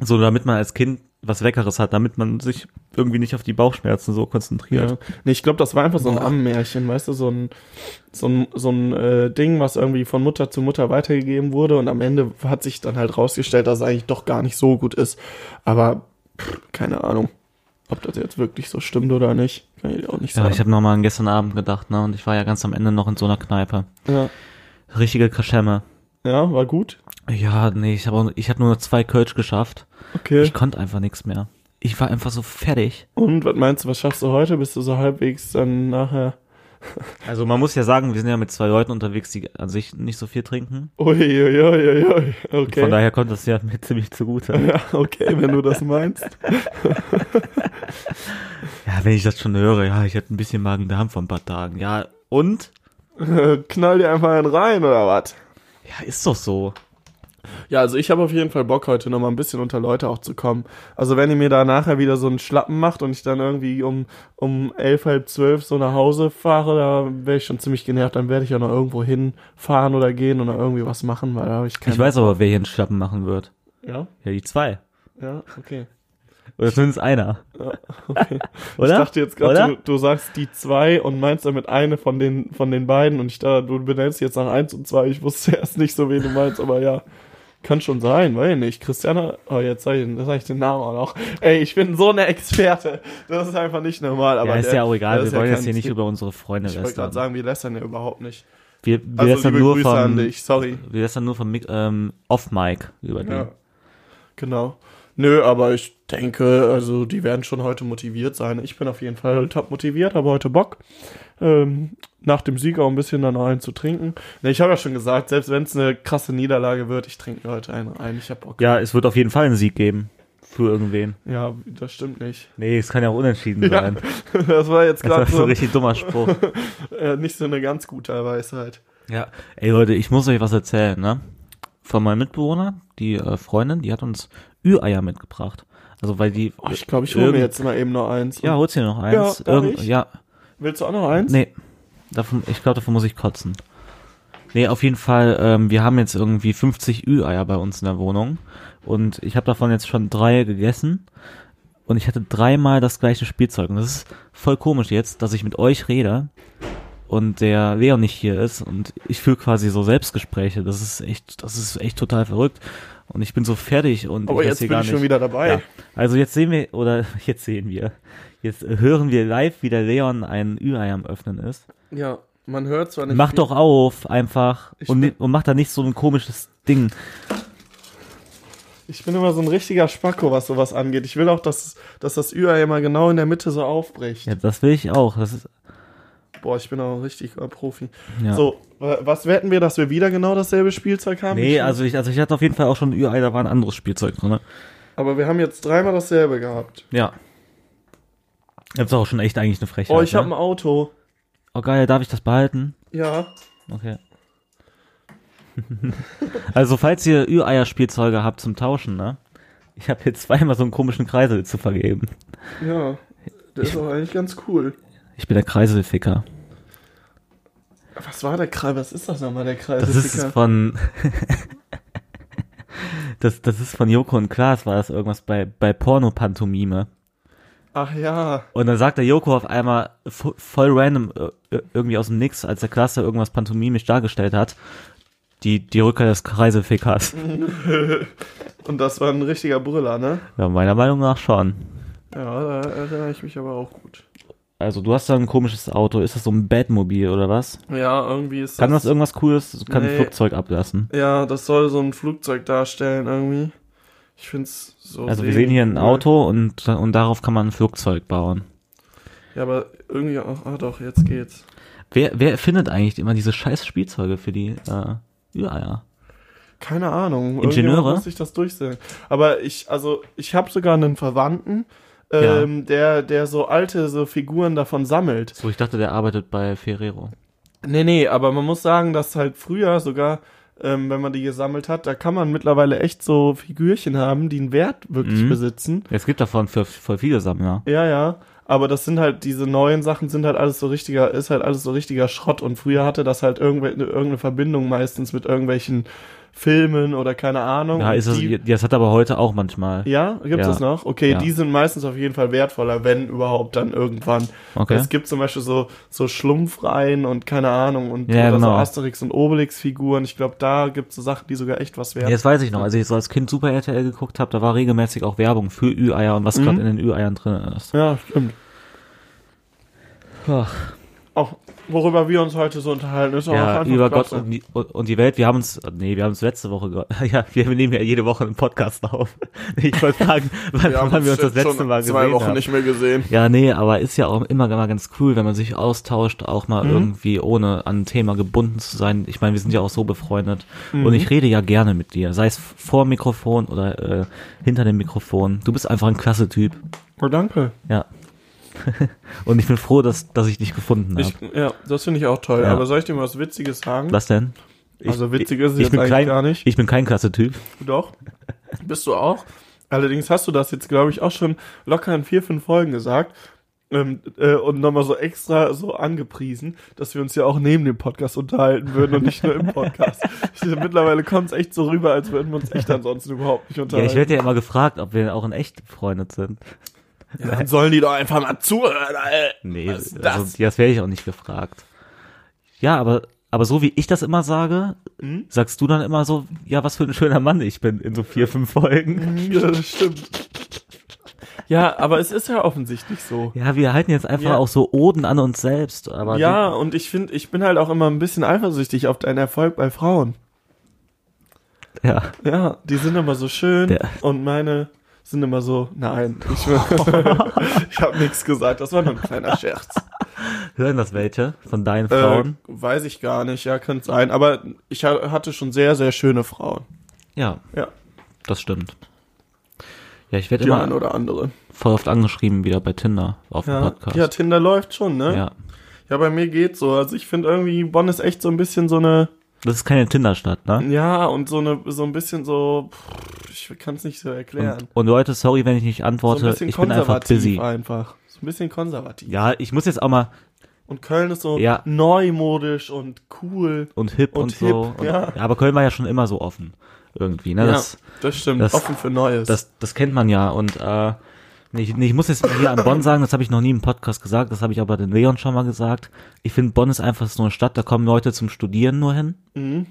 so damit man als Kind was Leckeres hat, damit man sich irgendwie nicht auf die Bauchschmerzen so konzentriert.
Ja. Nee, ich glaube, das war einfach so ein Ammenmärchen, weißt du, so ein, so ein, so ein äh, Ding, was irgendwie von Mutter zu Mutter weitergegeben wurde und am Ende hat sich dann halt rausgestellt, dass es eigentlich doch gar nicht so gut ist. Aber pff, keine Ahnung, ob das jetzt wirklich so stimmt oder nicht, kann ich dir auch nicht
Ja,
sagen.
ich habe nochmal an gestern Abend gedacht, ne? Und ich war ja ganz am Ende noch in so einer Kneipe.
ja.
Richtige Kaschemme.
ja, war gut.
Ja, nee, ich habe ich hab nur noch zwei Kölsch geschafft.
Okay.
Äh? Ich konnte einfach nichts mehr. ich war einfach so fertig.
Und was meinst du, was schaffst du heute? Bist du so halbwegs dann nachher?
Also man muss ja sagen, wir sind ja mit zwei Leuten unterwegs, die an sich nicht so viel trinken.
Uiuiuiui, okay.
Von daher kommt das ja mir ziemlich zugute.
ja, okay, wenn du das meinst.
Ja, wenn ich das schon höre, ja, ich hatte ein bisschen Magen-Darm vor ein paar Tagen. Ja, und?
Äh, Knall dir einfach einen rein, oder was?
Ja, ist doch so.
Ja, also ich habe auf jeden Fall Bock, heute nochmal ein bisschen unter Leute auch zu kommen. Also wenn ihr mir da nachher wieder so einen Schlappen macht und ich dann irgendwie um, um elf, halb zwölf so nach Hause fahre, da wäre ich schon ziemlich genervt. Dann werde ich auch noch irgendwo hinfahren oder gehen oder irgendwie was machen, weil da habe ich keinen...
Ich weiß aber, wer hier einen Schlappen machen wird.
Ja,
Ja, die zwei.
ja, okay.
Oder zumindest einer.
okay.
Oder?
Ich dachte jetzt
Oder?
gerade, du, du sagst die zwei und meinst damit eine von den, von den beiden und ich dachte, du benennst jetzt nach eins und zwei. Ich wusste erst nicht so, wen du meinst, aber ja. Kann schon sein, weiß ich nicht. Christiane, oh, jetzt sag ich, sag ich den Namen auch noch. Ey, ich bin so eine Experte. Das ist einfach nicht normal. Aber
ja, ist
der-
ja auch egal.
der
Wir
ist
wollen
kein
jetzt hier nicht
Typ.
über unsere Freunde
Ich wollte gerade
lästern.
sagen, wir lästern ja überhaupt nicht.
Wir, wir
Also,
lästern
liebe
nur
Grüße
von,
an dich, sorry.
Wir lästern nur von Mic- ähm, Off-Mic über die.
Ja. Genau. Nö, aber ich denke, also die werden schon heute motiviert sein. Ich bin auf jeden Fall top motiviert, habe heute Bock. Ähm, nach dem Sieg auch ein bisschen dann noch einen zu trinken. Ne, ich habe ja schon gesagt, selbst wenn es eine krasse Niederlage wird, ich trinke mir heute einen rein. Ich habe Bock.
Ja, es wird auf jeden Fall einen Sieg geben. Für irgendwen.
Ja, das stimmt nicht.
Nee, es kann ja auch unentschieden
Ja,
sein.
das war jetzt
Das war
gerade
so ein
so,
richtig dummer Spruch.
äh, nicht so eine ganz gute Weisheit.
Ja, ey Leute, ich muss euch was erzählen, ne? Von meinem Mitbewohner, die äh, Freundin, die hat uns Ü-Eier mitgebracht. Also weil die.
Oh, ich glaube, ich hole mir
irgend-
jetzt mal eben noch eins.
Ja, holst dir noch eins.
Ja, darf ich?
ja,
Willst du auch noch eins?
nee. Davon, ich glaube, davon muss ich kotzen. Nee, auf jeden Fall, ähm, wir haben jetzt irgendwie 50 Ü-Eier bei uns in der Wohnung. Und ich habe davon jetzt schon drei gegessen. Und ich hatte dreimal das gleiche Spielzeug. Und das ist voll komisch jetzt, dass ich mit euch rede und der Leon nicht hier ist. Und ich fühle quasi so Selbstgespräche. Das ist echt, das ist echt total verrückt. Und ich bin so fertig und
Aber
ich weiß
jetzt
hier
bin
gar
ich schon
nicht.
wieder dabei.
Ja. Also jetzt sehen wir, oder jetzt sehen wir, jetzt hören wir live, wie der Leon ein Ü-Ei am Öffnen ist.
Ja, man hört zwar nicht.
Mach
viel-
doch auf, einfach.
Ich
Und,
bin-
und mach da nicht so ein komisches Ding.
Ich bin immer so ein richtiger Spacko, was sowas angeht. Ich will auch, dass, dass das Ü-Ei immer genau in der Mitte so aufbricht.
Ja, das will ich auch. Das ist,
Boah, ich bin auch ein richtiger Profi.
ja.
So, wa- was wetten wir, dass wir wieder genau dasselbe Spielzeug haben?
Nee,
Ich-
also ich, also ich hatte auf jeden Fall auch schon ein Ü-Ei, da war ein anderes Spielzeug drin. Ne?
Aber wir haben jetzt dreimal dasselbe gehabt.
Ja. Das ist auch schon echt eigentlich eine Frechheit.
Oh, ich habe ein
ne?
Auto.
oh geil, darf ich das behalten?
Ja.
Okay. also falls ihr Ü-Eier-Spielzeuge habt zum Tauschen, ne? Ich habe hier zweimal so einen komischen Kreisel zu vergeben.
Ja. Der ist auch eigentlich ganz cool.
Ich bin der Kreiselficker.
Was war der Kreis? Was ist das nochmal, der Kreis?
Das ist von. das, das ist von Joko und Klaas, war das irgendwas bei, bei Porno-Pantomime.
Ach ja.
Und dann sagt der Joko auf einmal vo- voll random, äh, irgendwie aus dem Nix, als der Klaas da irgendwas pantomimisch dargestellt hat, die, die Rückkehr des Kreiselfickers.
Und das war ein richtiger Brüller, ne?
Ja, meiner Meinung nach schon.
Ja, da erinnere ich mich aber auch gut.
Also du hast da ein komisches Auto. Ist das so ein Batmobil oder was?
Ja, irgendwie ist
Kann das irgendwas Cooles? Kann ein
Nee.
Flugzeug ablassen.
Ja, das soll so ein Flugzeug darstellen irgendwie. Ich find's so.
Also wir sehen hier ein
cool.
Auto und, und darauf kann man ein Flugzeug bauen.
Ja, aber irgendwie auch. Ah doch, jetzt geht's.
Wer, wer erfindet eigentlich immer diese scheiß Spielzeuge für die äh, Ü-Eier?
Keine Ahnung.
Ingenieure?
Irgendjemand Muss ich das durchsehen. Aber ich, also ich habe sogar einen Verwandten, ähm, der, der so alte so Figuren davon sammelt.
So, ich dachte, der arbeitet bei Ferrero.
Nee, nee, aber man muss sagen, dass halt früher sogar, ähm, wenn man die gesammelt hat, da kann man mittlerweile echt so Figürchen haben, die einen Wert wirklich
Mhm.
besitzen.
Es gibt davon für voll viele Sammler.
Ja, ja. Aber das sind halt, diese neuen Sachen sind halt alles so richtiger, ist halt alles so richtiger Schrott. Und früher hatte das halt irgendwel- irgendeine Verbindung meistens mit irgendwelchen Filmen oder keine Ahnung.
Ja,
Und
ist das,
die,
das hat aber heute auch manchmal.
ja gibt es
Ja.
das noch? Okay,
Ja.
die sind meistens auf jeden Fall wertvoller, wenn überhaupt dann irgendwann.
Okay.
Es gibt zum Beispiel so, so Schlumpfreihen und keine Ahnung und
Ja,
oder so
genau.
Asterix und Obelix-Figuren. Ich glaube, da gibt es so Sachen, die sogar echt was wert
Ja, das weiß ich noch. Als ich so als Kind Super RTL geguckt habe, da war regelmäßig auch Werbung für Ü-Eier und was gerade in den Ü-Eiern drin ist.
Ja, stimmt.
Ach.
auch, worüber wir uns heute so unterhalten, ist auch
Ja,
einfach
über
klasse.
Gott und die, und die Welt. Wir haben uns, nee, wir haben uns letzte Woche, ge- ja, wir nehmen ja jede Woche einen Podcast auf. Ich wollte fragen, wann
Wir
haben,
haben
wir uns
uns
das
jetzt
letzte
schon
Mal gesehen?
zwei Wochen
haben.
nicht mehr gesehen.
Ja, nee, aber ist ja auch immer mal ganz cool, wenn man sich austauscht, auch
Mhm.
mal irgendwie ohne an ein Thema gebunden zu sein. Ich meine, wir sind ja auch so befreundet
Mhm.
und ich rede ja gerne mit dir, sei es vor dem Mikrofon oder äh, hinter dem Mikrofon. Du bist einfach ein klasse Typ,
Oh, danke.
ja. und ich bin froh, dass, dass ich dich gefunden habe.
Ich, ja, das finde ich auch toll.
Ja.
Aber soll ich dir mal was Witziges sagen?
Was denn? Ich,
Also witzig ist es jetzt
bin
eigentlich
kein,
gar nicht.
Ich bin kein klasse Typ.
Doch. Bist du auch? Allerdings hast du das jetzt, glaube ich, auch schon locker in vier, fünf Folgen gesagt. Ähm, äh, und nochmal so extra so angepriesen, dass wir uns ja auch neben dem Podcast unterhalten würden und nicht nur im Podcast. Ich, mittlerweile kommt es echt so rüber, als würden wir uns echt ansonsten überhaupt nicht
Ja, ich
unterhalten.
werde ja immer gefragt, ob wir auch in echt befreundet sind.
Dann sollen die doch einfach mal zuhören, ey.
Nee,
Was ist
also,
das?
das, werde ich auch nicht gefragt. Ja, aber, aber so wie ich das immer sage,
Hm?
sagst du dann immer so, ja, was für ein schöner Mann ich bin in so vier, fünf Folgen.
ja, das stimmt. Ja, aber es ist ja offensichtlich so.
Ja, wir halten jetzt einfach
Ja.
auch so Oden an uns selbst. Aber
Ja, und ich finde, ich bin halt auch immer ein bisschen eifersüchtig auf deinen Erfolg bei Frauen.
Die, ja.
Ja, die sind immer so schön
Der-
und meine sind immer so, nein, ich, ich habe nichts gesagt, das war nur ein kleiner Scherz.
Hören das welche von deinen
Äh,
Frauen?
weiß ich gar nicht, ja, könnte sein, aber ich ha- hatte schon sehr, sehr schöne Frauen,
Ja,
ja,
das stimmt. Ja, ich werde
die eine
immer
oder andere.
voll oft angeschrieben wieder bei Tinder auf dem
Ja,
Podcast.
ja, Tinder läuft schon, ne?
ja.
ja, bei mir geht's so, also ich finde irgendwie, Bonn ist echt so ein bisschen so eine,
Das ist keine Tinder-Stadt, ne?
ja, und so eine, so ein bisschen so, pff, ich kann es nicht so erklären.
Und, und Leute, sorry, wenn ich nicht
so ein
antworte.
bisschen
ich bin einfach busy.
einfach. So ein bisschen konservativ.
Ja, ich muss jetzt auch mal
Und Köln ist so
Ja.
neumodisch und cool.
und hip und,
Und
so.
hip,
Und,
ja.
Aber Köln war ja schon immer so offen irgendwie. Ne? Das,
das stimmt.
das-
Offen für Neues.
das, das kennt man ja. Und äh, ich, ich muss jetzt hier an Bonn sagen, das habe ich noch nie im Podcast gesagt, das habe ich aber den Leon schon mal gesagt. Ich finde, Bonn ist einfach so eine Stadt, da kommen Leute zum Studieren nur hin.
Mhm.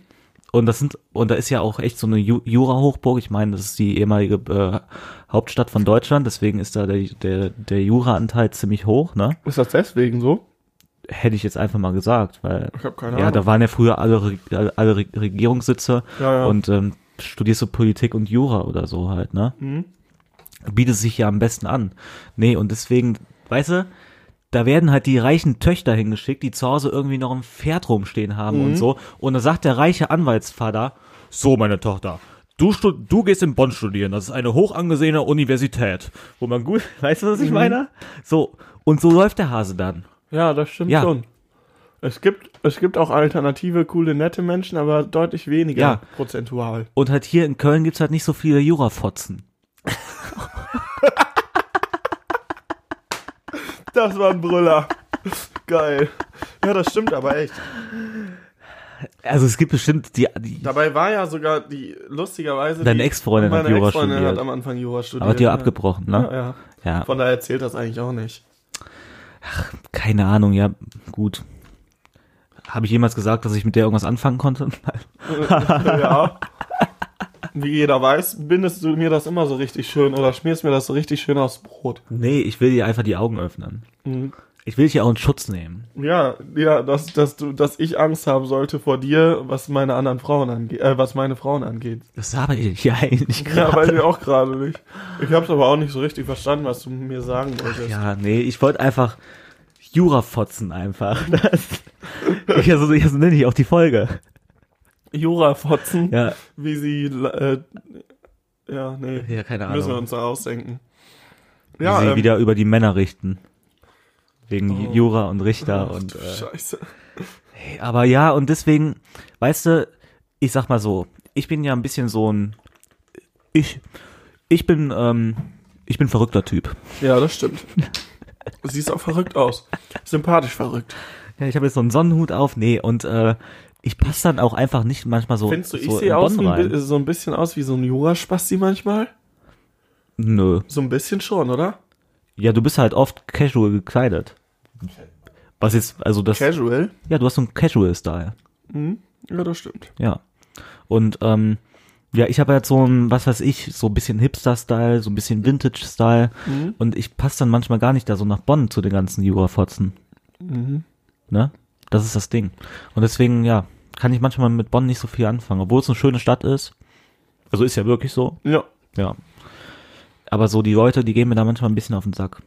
Und das sind, und da ist ja auch echt so eine Ju- Jura-Hochburg. Ich meine, das ist die ehemalige äh, Hauptstadt von Deutschland, deswegen ist da der, der, der Jura-Anteil ziemlich hoch, ne?
ist das deswegen so?
Hätte ich jetzt einfach mal gesagt, weil
Ich habe keine
ja,
Ahnung.
da waren ja früher alle, Re- alle, alle Re- Regierungssitze
Ja, ja.
und ähm, studierst du Politik und Jura oder so halt, ne?
Mhm.
Bietet sich ja am besten an. Nee, und deswegen, weißt du, da werden halt die reichen Töchter hingeschickt, die zu Hause irgendwie noch ein Pferd rumstehen haben
Mhm.
und so. Und da sagt der reiche Anwaltsvater, so meine Tochter, du, stu- du gehst in Bonn studieren, das ist eine hoch angesehene Universität. Wo man gut, weißt du, was
Mhm.
ich meine? So, und so läuft der Hase dann.
ja, das stimmt
Ja.
schon. Es gibt, es gibt auch alternative, coole, nette Menschen, aber deutlich weniger
Ja.
prozentual.
Und halt hier in Köln gibt's halt nicht so viele Jurafotzen.
Das war ein Brüller. Geil. Ja, das stimmt aber echt.
Also es gibt bestimmt die, die
Dabei war ja sogar die, lustigerweise.
Deine
die-
Ex-Freundin hat
meine
Jura
Ex-Freundin
studiert.
hat am Anfang Jura studiert.
aber hat die ja abgebrochen,
Ja,
ne?
ja.
Ja,
Von daher zählt das eigentlich auch nicht.
keine Ahnung, ja, gut. Habe ich jemals gesagt, dass ich mit der irgendwas anfangen konnte?
Ja. Wie jeder weiß, bindest du mir das immer so richtig schön oder schmierst mir das so richtig schön aufs Brot.
nee, ich will dir einfach die Augen öffnen. Ich will dich ja auch in Schutz nehmen.
Ja, ja, dass, dass du, dass ich Angst haben sollte vor dir, was meine anderen Frauen angeht, äh, was meine Frauen angeht.
Das habe ich ja eigentlich
Ja,
gerade.
weiß ich auch gerade nicht. Ich hab's aber auch nicht so richtig verstanden, was du mir sagen wolltest.
Ja, nee, ich wollte einfach Jurafotzen einfach. Das, ich, also, ich, also nenne ich auch die Folge.
Jura-Fotzen,
Ja,
wie sie, äh, ja, nee,
ja keine
müssen wir
Ahnung.
uns da ausdenken.
Ja,
Ja,
sie
ähm,
wieder über die Männer richten. Wegen Jura und Richter
ach,
und
du
äh,
Scheiße.
Aber ja, und deswegen, weißt du, ich sag mal so, ich bin ja ein bisschen so ein, ich, ich bin, ähm, ich bin verrückter Typ.
Ja, das stimmt. Siehst auch verrückt aus. Sympathisch verrückt.
Ja, ich habe jetzt so einen Sonnenhut auf, nee, und äh, ich passe dann auch einfach nicht manchmal so,
Findest du, ich
so in
sehe aus
Bonn
wie ein, bi-
rein.
so ein bisschen aus wie so ein Jura-Spasti manchmal?
Nö.
So ein bisschen schon, oder?
Ja, du bist halt oft casual gekleidet. Was jetzt, also das,
Casual?
ja, du hast so einen Casual-Style.
Ja, das stimmt.
Ja. Und ähm, ja, ich habe halt so ein, was weiß ich, so ein bisschen Hipster-Style, so ein bisschen
Mhm. Mhm.
Vintage-Style. Und ich passe dann manchmal gar nicht da so nach Bonn zu den ganzen Jurafotzen. Ne? Das ist das Ding. Und deswegen, ja, kann ich manchmal mit Bonn nicht so viel anfangen, obwohl es eine schöne Stadt ist. Also ist ja wirklich so.
Ja.
Ja. Aber so die Leute, die gehen mir da manchmal ein bisschen auf den Sack.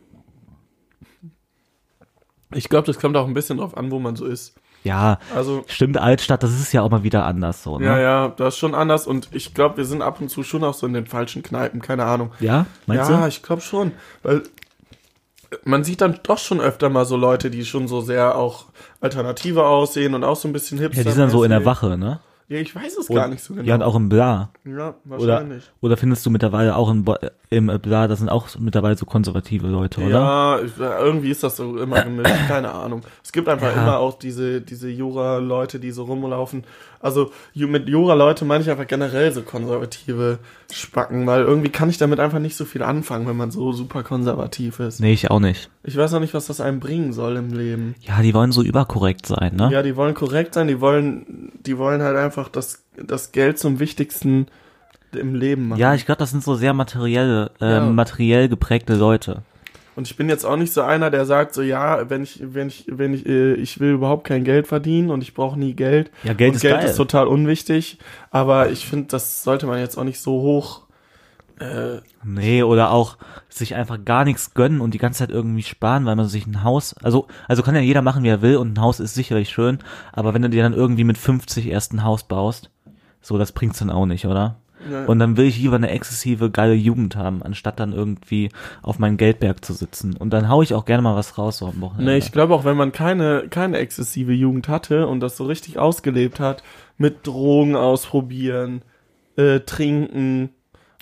Ich glaube, das kommt auch ein bisschen drauf an, wo man so ist.
Ja,
Also,
stimmt, Altstadt, das ist ja auch mal wieder anders so, ne?
ja, ja, das ist schon anders und ich glaube, wir sind ab und zu schon auch so in den falschen Kneipen, keine Ahnung.
Ja, meinst
ja,
du?
ich glaube schon. Weil man sieht dann doch schon öfter mal so Leute, die schon so sehr auch alternativer aussehen und auch so ein bisschen hipster.
Ja, die sind dann so in der Wache, ne?
Ja, ich weiß es gar nicht so genau.
Ja, und auch im Bla.
Ja,
Oder,
wahrscheinlich.
oder findest du mittlerweile auch in, Bo- äh, im äh, Bla, das sind auch so- mittlerweile so konservative Leute, oder?
Ja, ich- irgendwie ist das so immer gemischt, keine Ahnung. Es gibt einfach
Ja.
immer auch diese, diese Jura-Leute, die so rumlaufen. Also ju- mit Jura-Leute meine ich einfach generell so konservative Spacken, weil irgendwie kann ich damit einfach nicht so viel anfangen, wenn man so super konservativ ist.
Nee, ich auch nicht.
Ich weiß auch nicht, was das einem bringen soll im Leben.
Ja, die wollen so überkorrekt sein, ne?
Ja, die wollen korrekt sein, die wollen, die wollen halt einfach das, das Geld zum Wichtigsten im Leben machen.
Ja, ich glaube, das sind so sehr materielle, äh,
Ja.
materiell geprägte Leute.
Und ich bin jetzt auch nicht so einer, der sagt so, ja, wenn ich, wenn ich, wenn ich, äh, ich will überhaupt kein Geld verdienen und ich brauche nie Geld.
Ja, Geld
und
ist
Geld
geil.
ist total unwichtig. Aber ich finde, das sollte man jetzt auch nicht so hoch. Äh,
Nee, oder auch sich einfach gar nichts gönnen und die ganze Zeit irgendwie sparen, weil man sich ein Haus, also, also kann ja jeder machen, wie er will und ein Haus ist sicherlich schön, aber wenn du dir dann irgendwie mit 50 erst ein Haus baust, so, das bringt's dann auch nicht, oder?
ne,
Und dann will ich lieber eine exzessive, geile Jugend haben, anstatt dann irgendwie auf meinen Geldberg zu sitzen. Und dann hau ich auch gerne mal was raus so am Wochenende.
ne, ich glaube auch, wenn man keine, keine exzessive Jugend hatte und das so richtig ausgelebt hat, mit Drogen ausprobieren, äh, trinken.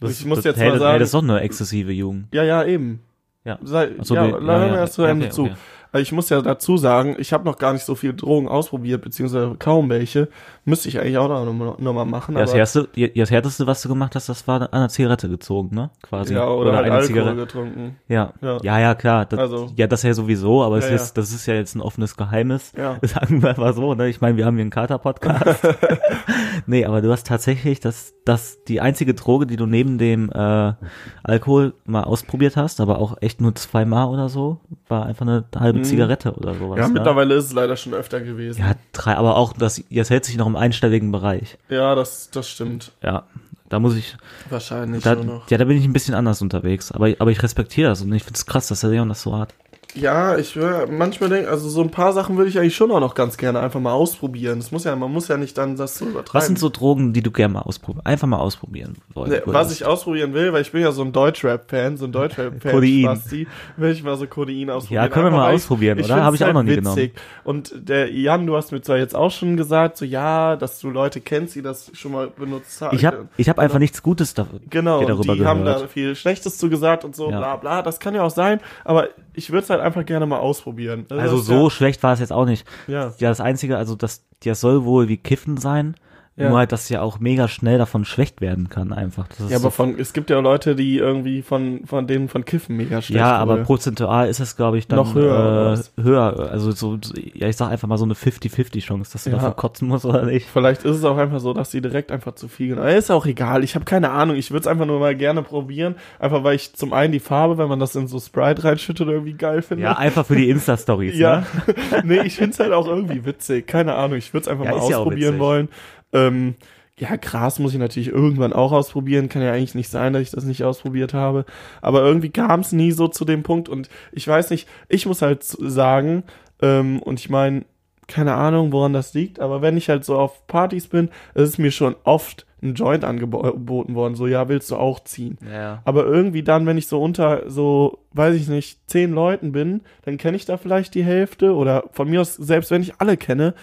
ich muss jetzt
hey,
mal
das-
sagen.
Hey, das ist doch eine exzessive Jugend.
ja, ja, eben.
Ja.
Sei,
Ach so,
ja,
die-
leider
ja, ja.
erst zu Ende
Okay,
zu.
okay.
Also ich muss ja dazu sagen, ich habe noch gar nicht so viel Drogen ausprobiert, beziehungsweise kaum welche. Müsste ich eigentlich auch noch, noch, noch mal machen.
Ja, das,
aber,
härteste, ja, das härteste, was du gemacht hast, das war an einer Zigarette gezogen, ne? Quasi.
ja oder, halt
eine
Alkohol
Zigarette.
getrunken.
Ja.
Ja.
ja, ja, klar. Das,
Also.
Ja, das ja sowieso, aber es
Ja,
ist jetzt, das ist ja jetzt ein offenes Geheimnis.
Ja.
Sagen wir mal so, ne? Ich meine, wir haben hier einen Kater-Podcast. nee, aber du hast tatsächlich das, das, die einzige Droge, die du neben dem äh, Alkohol mal ausprobiert hast, aber auch echt nur zweimal oder so, war einfach eine halbe Zigarette oder sowas.
Mhm. Ja,
ne?
mittlerweile ist es leider schon öfter gewesen.
Ja, drei, aber auch das, jetzt hält sich noch im einstelligen Bereich.
Ja, das, das stimmt.
Ja. Da muss ich,
Wahrscheinlich
Da,
nur noch.
ja, da bin ich ein bisschen anders unterwegs, aber, aber ich respektiere das und ich finde es krass, dass der Leon das so hat.
Ja, ich wär, manchmal denke, also so ein paar Sachen würde ich eigentlich schon auch noch ganz gerne einfach mal ausprobieren. Das muss ja, man muss ja nicht dann das so übertreiben.
Was sind so Drogen, die du gerne mal ausprobieren, einfach mal ausprobieren
Ne,
wolltest?
was ich ausprobieren will, weil ich bin ja so ein Deutschrap-Fan, so ein Deutschrap-Fan.
Codein.
Spasti, will ich mal so Codein ausprobieren.
Ja, können wir mal
weil
ausprobieren, oder?
find's halt
Hab ich auch noch nie
Und der Jan, du hast mir zwar jetzt auch schon gesagt, so ja, dass du Leute kennst, die das schon mal benutzt haben.
ich habe ich hab einfach nichts Gutes da,
Genau,
dir
und
darüber
die haben da
gehört.
viel Schlechtes zu gesagt und so,
Ja.
bla bla, das kann ja auch sein, aber ich würde es halt einfach gerne mal ausprobieren. Das
also
ist
so schlecht war es jetzt auch nicht.
Ja.
ja, das Einzige, also das, das soll wohl wie Kiffen sein,
Ja.
nur halt, dass ja auch mega schnell davon schlecht werden kann einfach. Das ist
Ja,
so-
aber von, es gibt ja Leute, die irgendwie von, von denen von Kiffen mega schlecht
ja, aber
wurde.
prozentual ist es, glaube ich, dann
Noch höher, oder was?
äh, höher. Also so, so- ja, ich sag einfach mal so eine 50-50-Chance, dass du
Ja.
davon kotzen musst oder nicht.
Vielleicht ist es auch einfach so, dass sie direkt einfach zu viel gehen. Aber Ist auch egal, ich habe keine Ahnung. Ich würde es einfach nur mal gerne probieren. Einfach weil ich zum einen die Farbe, wenn man das in so Sprite reinschüttet, irgendwie geil finde.
Ja, einfach für die Insta-Stories, ne?
ja. nee, ich finde es halt auch irgendwie witzig. Keine Ahnung, ich würde es einfach
Ja,
mal
ist ja auch
ausprobieren
witzig.
wollen. Ähm, ja, Gras muss ich natürlich irgendwann auch ausprobieren. Kann ja eigentlich nicht sein, dass ich das nicht ausprobiert habe. Aber irgendwie kam es nie so zu dem Punkt. Und ich weiß nicht, ich muss halt sagen, ähm, und ich meine, keine Ahnung, woran das liegt, aber wenn ich halt so auf Partys bin, ist es mir schon oft ein Joint angeboten worden. So, ja, willst du auch ziehen?
Ja.
Aber irgendwie dann, wenn ich so unter so, weiß ich nicht, zehn Leuten bin, dann kenne ich da vielleicht die Hälfte oder von mir aus, selbst wenn ich alle kenne,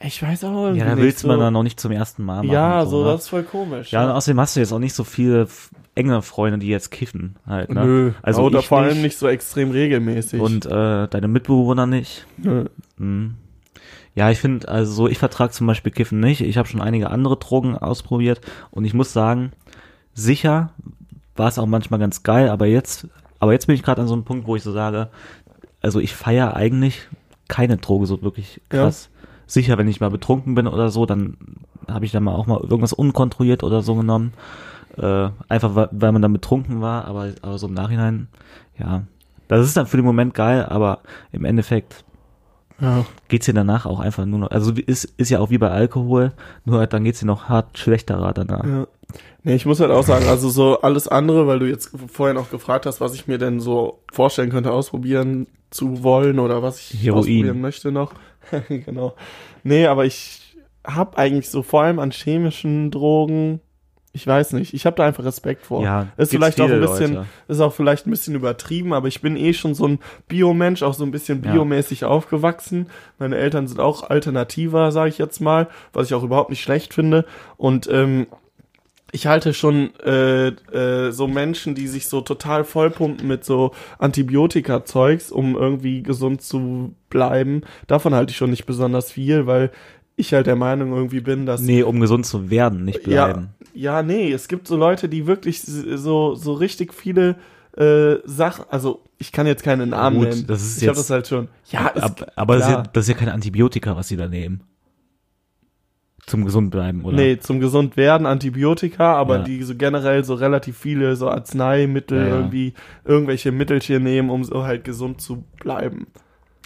ich weiß auch irgendwie
Ja, da
nicht.
willst
so,
man dann noch nicht zum ersten Mal machen.
Ja, so,
ne?
das ist voll komisch.
Ja, und außerdem hast du jetzt auch nicht so viele f- enge Freunde, die jetzt kiffen halt, ne?
Nö,
also
also oder
ich
vor allem
nicht.
nicht so extrem regelmäßig.
Und äh, deine Mitbewohner nicht.
Nö.
Mhm. Ja, ich finde, also so, ich vertrage zum Beispiel Kiffen nicht. Ich habe schon einige andere Drogen ausprobiert und ich muss sagen, sicher war es auch manchmal ganz geil, aber jetzt, aber jetzt bin ich gerade an so einem Punkt, wo ich so sage, also ich feiere eigentlich keine Droge so wirklich
Ja.
krass. Sicher, wenn ich mal betrunken bin oder so, dann habe ich dann mal auch mal irgendwas unkontrolliert oder so genommen. Äh, einfach weil, weil man dann betrunken war, aber, aber so im Nachhinein, ja. Das ist dann für den Moment geil, aber im Endeffekt
Ja.
geht's dir danach auch einfach nur noch, also ist, ist ja auch wie bei Alkohol, nur halt dann geht's dir noch hart schlechterer danach.
Ja.
Nee, ich muss halt auch sagen, also so alles andere, weil du jetzt vorhin auch gefragt hast, was ich mir denn so vorstellen könnte, ausprobieren zu wollen oder was ich
Heroin.
ausprobieren möchte noch. genau. Nee, aber ich hab eigentlich so vor allem an chemischen Drogen, ich weiß nicht, ich habe da einfach Respekt vor. ist
gibt's
vielleicht auch ein
viele
bisschen,
Leute.
ist auch vielleicht ein bisschen übertrieben, aber ich bin eh schon so ein Biomensch, auch so ein bisschen
Ja.
biomäßig aufgewachsen. Meine Eltern sind auch alternativer, sage ich jetzt mal, was ich auch überhaupt nicht schlecht finde. Und ähm, ich halte schon äh, äh, so Menschen, die sich so total vollpumpen mit so Antibiotika-Zeugs, um irgendwie gesund zu bleiben, davon halte ich schon nicht besonders viel, weil ich halt der Meinung irgendwie bin, dass
Nee, um gesund zu werden, nicht bleiben.
ja, nee, es gibt so Leute, die wirklich so, so richtig viele äh, Sachen, also ich kann jetzt keinen Namen
Gut,
nennen.
das ist
ich habe
jetzt-
das halt schon. Ja, es,
Ab- aber das ist, ja,
klar.
das ist ja kein Antibiotika, was sie da nehmen. Zum gesund bleiben, oder?
nee, zum gesund werden Antibiotika, aber
Ja.
die so generell so relativ viele so Arzneimittel
Ja, ja.
irgendwie irgendwelche Mittelchen nehmen, um so halt gesund zu bleiben.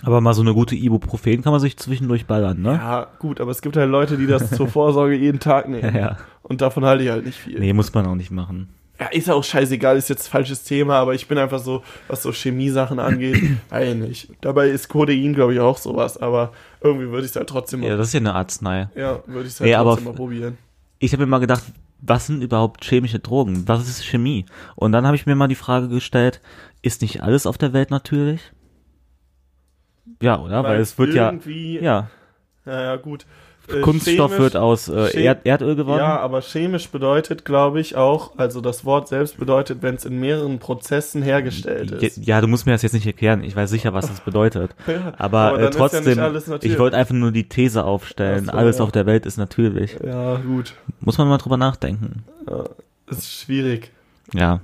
Aber mal so eine gute Ibuprofen kann man sich zwischendurch ballern, ne?
Ja, gut, aber es gibt halt Leute, die das zur Vorsorge jeden Tag nehmen.
ja.
Und davon halte ich halt nicht viel.
Nee, muss man auch nicht machen.
Ja, ist ja auch scheißegal, ist jetzt falsches Thema, aber ich bin einfach so, was so Chemiesachen angeht, weiß nicht. Dabei ist Codein, glaube ich, auch sowas, aber irgendwie würde ich es halt trotzdem mal,
Ja,
ja,
das ist ja eine Arznei.
würde ich es halt
Nee, aber
trotzdem
f-
mal probieren.
ich habe mir mal gedacht, was sind überhaupt chemische Drogen? Was ist Chemie? Und dann habe ich mir mal die Frage gestellt, ist nicht alles auf der Welt natürlich? Ja, oder? Weil, es wird ja,
irgendwie, ja,
ja,
naja, gut. Äh,
Kunststoff
chemisch-
wird aus äh,
Chem-
Erd Erdöl gewonnen.
Ja, aber chemisch bedeutet, glaube ich, auch, also das Wort selbst bedeutet, wenn es in mehreren Prozessen hergestellt
Ja,
ist.
ja, du musst mir das jetzt nicht erklären. Ich weiß sicher, was das bedeutet. Aber,
aber dann
äh,
ist ja nicht
trotzdem,
alles natürlich.
ich wollte einfach nur die These aufstellen.
Ach so,
alles
ja.
auf der Welt ist natürlich.
Ja, gut.
Muss man mal drüber nachdenken.
Ist schwierig.
Ja.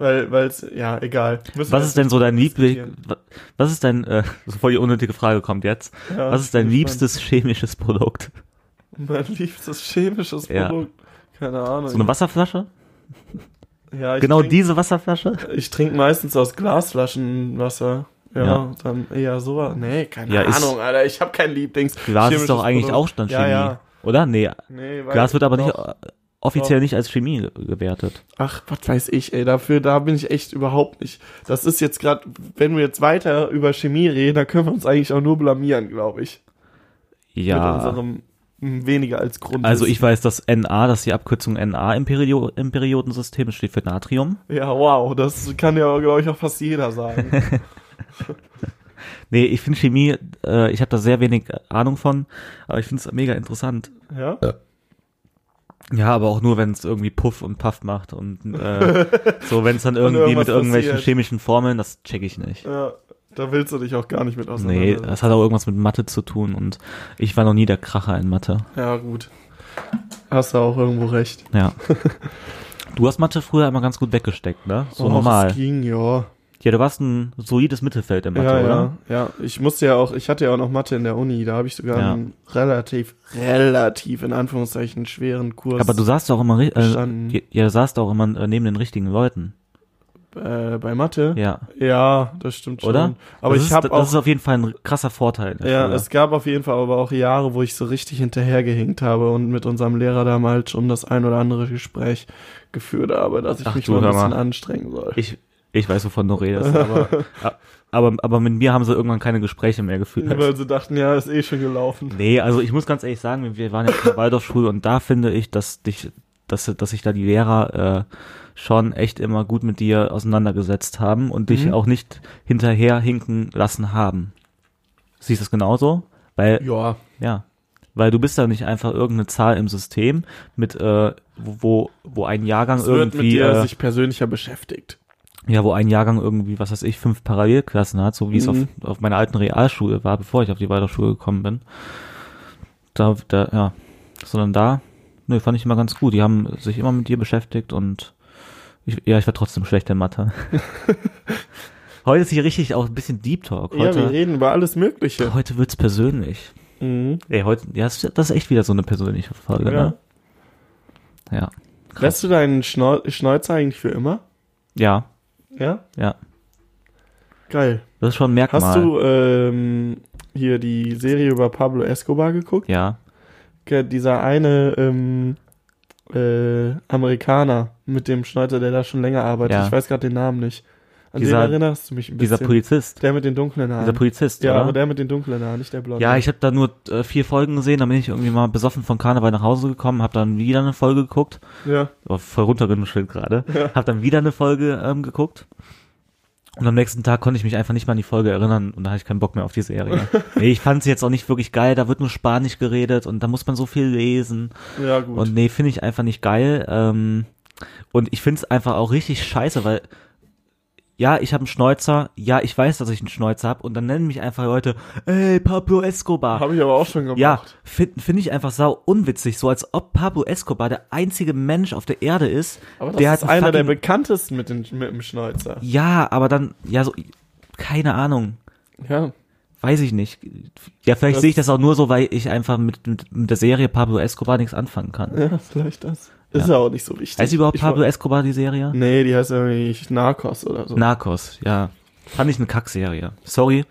Weil, weil es, ja, egal. Müssen wir
Was ist denn so dein Liebling?
diskutieren.
wa- Was ist dein, äh, bevor die unnötige Frage kommt jetzt,
Ja,
was ist dein
bin ich
liebstes chemisches Produkt?
Mein liebstes chemisches
Ja.
Produkt. Keine Ahnung.
So eine Wasserflasche?
ja, ich
genau
trink,
diese Wasserflasche?
Ich trinke meistens aus Glasflaschen Wasser. Ja,
Ja.
dann eher so. Nee, keine
Ja, ist-
Ahnung, Alter. Ich habe kein Lieblings.
Glas ist
chemisches
doch eigentlich
Produkt.
auch dann Chemie,
Ja, ja.
oder? Nee,
Nee, weil-
Glas wird aber nicht
doch.
äh, offiziell nicht als Chemie ge- gewertet.
Ach, was weiß ich, ey. Dafür, da bin ich echt überhaupt nicht. Das ist jetzt gerade, wenn wir jetzt weiter über Chemie reden, da können wir uns eigentlich auch nur blamieren, glaube ich. Mit
Ja.
unserem m, weniger als Grund.
Also ich weiß, dass NA, dass die Abkürzung NA im, Perio im Periodensystem steht für Natrium.
Ja, wow, das kann ja, glaube ich, auch fast jeder sagen.
Nee, ich finde Chemie, äh, ich habe da sehr wenig Ahnung von, aber ich finde es mega interessant.
ja?
Ja, aber auch nur, wenn es irgendwie Puff und Puff macht und äh, so, wenn es dann irgendwie
irgendwas
mit irgendwelchen
passiert.
chemischen Formeln, das check ich nicht.
Ja, da willst du dich auch gar nicht mit
Nee, äh.
auseinandersetzen.
das hat auch irgendwas mit Mathe zu tun und ich war noch nie der Kracher in Mathe.
Ja, gut. Hast du auch irgendwo recht.
Ja. Du hast Mathe früher immer ganz gut weggesteckt, ne? So
Och,
normal.
Es ging, ja.
Ja, du warst ein solides Mittelfeld in Mathe,
ja,
oder?
ja, ja. Ich musste ja auch, ich hatte ja auch noch Mathe in der Uni, da habe ich sogar
Ja.
einen relativ, relativ in Anführungszeichen schweren Kurs
Aber du saßt auch immer ri-
Verstanden.
äh, ja, ja, du saßt auch immer äh, neben den richtigen Leuten.
äh, bei Mathe.
Ja.
Ja, das stimmt schon.
Oder?
Aber
das
ich
ist,
habe
das ist
auch
auf jeden Fall ein krasser Vorteil. in der
ja,
Schule.
es gab auf jeden Fall aber auch Jahre, wo ich so richtig hinterhergehinkt habe und mit unserem Lehrer damals schon das ein oder andere Gespräch geführt habe, dass ich
Ach
mich
du,
mal ein
hör mal.
bisschen anstrengen soll.
ich, ich weiß, wovon du redest, aber, a- aber, aber mit mir haben sie irgendwann keine Gespräche mehr geführt.
Weil sie dachten, ja, ist eh schon gelaufen.
Nee, also ich muss ganz ehrlich sagen, wir waren jetzt in der Waldorfschule und da finde ich, dass dich, dass, dass sich da die Lehrer äh, schon echt immer gut mit dir auseinandergesetzt haben und
Mhm.
dich auch nicht hinterher hinken lassen haben. Siehst du das genauso? Weil,
Ja,
ja. Weil du bist ja nicht einfach irgendeine Zahl im System mit, äh, wo, wo ein Jahrgang
es wird mit
irgendwie.
dir
äh,
sich persönlicher beschäftigt.
Ja, wo ein Jahrgang irgendwie, was weiß ich, fünf Parallelklassen hat, so wie es auf,
Mhm.
auf meiner alten Realschule war, bevor ich auf die Waldorfschule gekommen bin. Da, da, ja. Sondern da, nö, fand ich immer ganz gut. Die haben sich immer mit dir beschäftigt und ich, ja, ich war trotzdem schlecht in Mathe. heute ist hier richtig auch ein bisschen Deep Talk.
ja, eh. wir
Heute,
reden über alles Mögliche.
heute wird's persönlich.
Mhm.
Ey, heute, ja, das ist das ist echt wieder so eine persönliche Folge,
Ja.
ne? Ja.
Lässt du deinen Schnau Schnäuzer eigentlich für immer?
Ja,
Ja?
ja.
Geil.
Das ist schon ein Merkmal.
Hast du ähm, hier die Serie über Pablo Escobar geguckt?
Ja.
Ge- Dieser eine ähm, äh, Amerikaner mit dem Schneider, der da schon länger arbeitet.
Ja.
Ich weiß gerade den Namen nicht. An
Dieser-
den erinnerst du mich ein
Dieser
bisschen.
Polizist.
der mit den dunklen Haaren.
Dieser Polizist,
ja,
oder?
aber der mit den dunklen Haaren, nicht der blonde.
Ja, ich habe da nur äh, vier Folgen gesehen, dann bin ich irgendwie mal besoffen von Karneval nach Hause gekommen, habe dann wieder eine Folge geguckt,
ja.
oh, voll runtergenuschelt gerade, habe dann wieder eine Folge ähm, geguckt und am nächsten Tag konnte ich mich einfach nicht mal an die Folge erinnern und da hatte ich keinen Bock mehr auf die Serie. nee, ich fand sie jetzt auch nicht wirklich geil, da wird nur Spanisch geredet und da muss man so viel lesen
ja, gut.
und nee, finde ich einfach nicht geil ähm, und ich find's einfach auch richtig scheiße, weil ja, ich habe einen Schnäuzer, ja, ich weiß, dass ich einen Schnäuzer hab und dann nennen mich einfach Leute, ey, Pablo Escobar.
Habe ich aber auch schon gemacht.
Ja, finde find ich einfach sau unwitzig, so als ob Pablo Escobar der einzige Mensch auf der Erde ist,
aber das
der
ist
hat einen
einer der
fucking-
bekanntesten mit, den, mit dem Schnäuzer.
Ja, aber dann ja so keine Ahnung,
Ja.
weiß ich nicht. Ja, vielleicht
Das-
sehe ich das auch nur so, weil ich einfach mit, mit, mit der Serie Pablo Escobar nichts anfangen kann.
Ja, vielleicht das. Ist ja auch nicht so wichtig.
Heißt überhaupt
Ich Mhm. war-
Pablo Escobar die Serie?
Nee, die heißt irgendwie Narcos oder so.
Narcos, ja. Fand ich eine Kackserie. Sorry.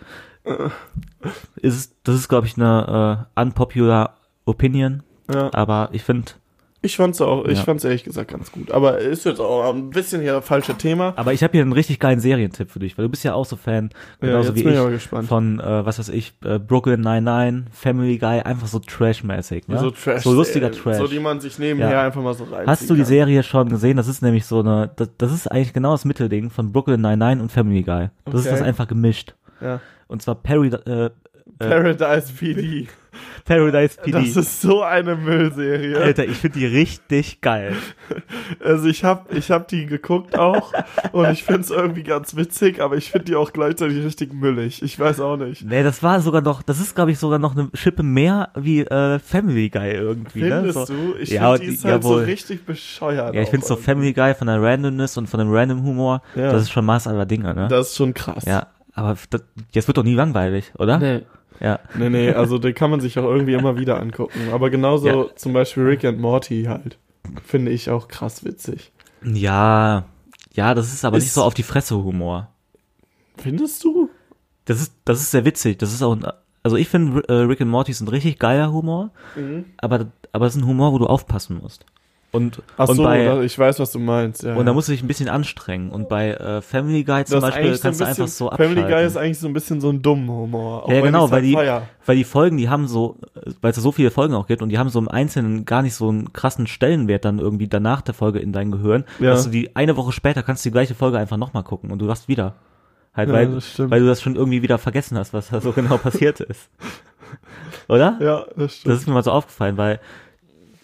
Ist, das ist, glaube ich, eine äh, unpopular Opinion,
Ja.
aber ich finde,
Ich fand's auch, ich
Ja.
fand's ehrlich gesagt ganz gut. Aber ist jetzt auch ein bisschen hier das falsche Thema.
aber ich habe hier einen richtig geilen Serientipp für dich, weil du bist ja auch so Fan, genauso
jetzt
wie
bin ich
ich.
aber gespannt.
von, äh, was weiß ich, äh, Brooklyn 99, Family Guy, einfach so Trash-mäßig. Ne?
So Trash.
So lustiger
äh,
Trash.
So, die man sich nebenher
Ja.
einfach mal so reinziehen
Hast du die
kann.
Serie schon gesehen? Das ist nämlich so eine, das, das ist eigentlich genau das Mittelding von Brooklyn 99 und Family Guy. Das ist
Okay.
das einfach gemischt.
Ja.
Und zwar Parad äh,
Paradise PD.
Paradise PD.
Das ist so eine Müllserie.
Alter, ich finde die richtig geil.
Also ich hab, ich hab die geguckt auch und ich find's irgendwie ganz witzig, aber ich find die auch gleichzeitig richtig müllig. Ich weiß auch nicht.
Nee, das war sogar noch, das ist glaube ich sogar noch eine Schippe mehr wie äh, Family Guy irgendwie. ne?
Findest
so,
du? Ich
ja,
find die ist
und-
halt so
jawohl.
richtig bescheuert.
Ja, ich
auch
finde so
irgendwie.
Family Guy von der Randomness und von dem Random Humor,
Ja.
das ist schon Maß aller Dinge, ne?
Das ist schon krass.
Ja, aber f- das, jetzt wird doch nie langweilig, oder?
Nee.
Ja.
Nee, nee, also den kann man sich auch irgendwie immer wieder angucken. Aber genauso
Ja.
zum Beispiel Rick and Morty halt. Finde ich auch krass witzig.
Ja, ja, das ist aber
Ist-
nicht so auf die Fresse Humor.
Findest du?
Das ist, das ist sehr witzig. Das ist auch, ein, also ich finde äh, Rick and Morty ist ein richtig geiler Humor,
Mhm.
aber, aber es ist ein Humor, wo du aufpassen musst. Und,
Ach
und
so,
bei,
da- ich weiß, was du meinst. Ja.
und da musst du dich ein bisschen anstrengen. Und bei äh, Family Guy zum Beispiel
eigentlich
kannst
so
du
ein bisschen-
einfach so abschalten.
Family Guy ist eigentlich so ein bisschen so ein dummer Humor. auch
ja,
wenn
genau,
ich's
weil
halt
die,
feier.
weil die Folgen, die haben so, äh, weil es ja so viele Folgen auch gibt und die haben so im Einzelnen gar nicht so einen krassen Stellenwert dann irgendwie danach der Folge in dein Gehirn,
Ja.
dass du die eine Woche später kannst du die gleiche Folge einfach nochmal gucken und du lachst wieder. Halt,
Ja,
weil,
das stimmt.
weil du das schon irgendwie wieder vergessen hast, was da so genau passiert ist. Oder?
Ja, das stimmt.
Das ist mir mal so aufgefallen, weil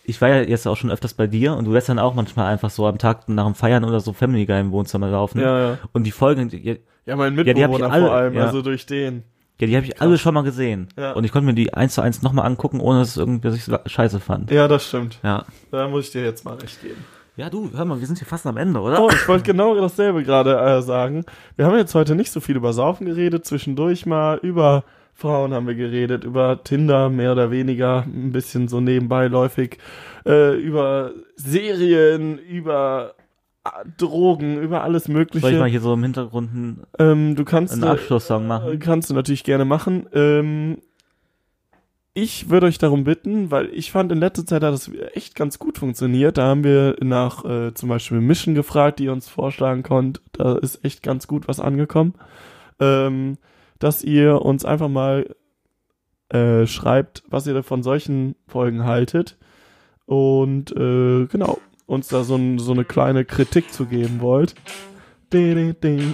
ich war ja jetzt auch schon öfters bei dir und du lässt dann auch manchmal einfach so am Tag nach dem Feiern oder so Family Guy im Wohnzimmer laufen.
ja, ja.
Und die Folgen, die-
Ja, mein
die hab ich
Mitbewohner
alle-
vor allem,
ja.
also durch den.
Ja, die habe ich alle schon mal gesehen.
Ja.
Und ich konnte mir die eins zu eins nochmal angucken, ohne dass es irgendwie dass ich's scheiße fand.
Ja, das stimmt.
Ja.
Da muss ich dir jetzt mal recht geben.
Ja, du, hör mal, wir sind hier fast am Ende, oder?
Oh, ich wollte genau dasselbe gerade äh, sagen. Wir haben jetzt heute nicht so viel über Saufen geredet, zwischendurch mal über Frauen haben wir geredet, über Tinder mehr oder weniger, ein bisschen so nebenbeiläufig, äh, über Serien, über äh, Drogen, über alles
Soll ich mal
Mögliche.
hier so im Hintergrund einen,
Ähm, du kannst
einen
äh,
Abschlusssong machen?
Kannst du natürlich gerne machen. Ähm, ich würde euch darum bitten, weil ich fand, in letzter Zeit hat das echt ganz gut funktioniert. Da haben wir nach äh, zum Beispiel Mission gefragt, die ihr uns vorschlagen konnt. Da ist echt ganz gut was angekommen. Ähm, dass ihr uns einfach mal äh, schreibt, was ihr von solchen Folgen haltet. Und äh, genau, uns da so, ein, so eine kleine Kritik zu geben wollt. Okay,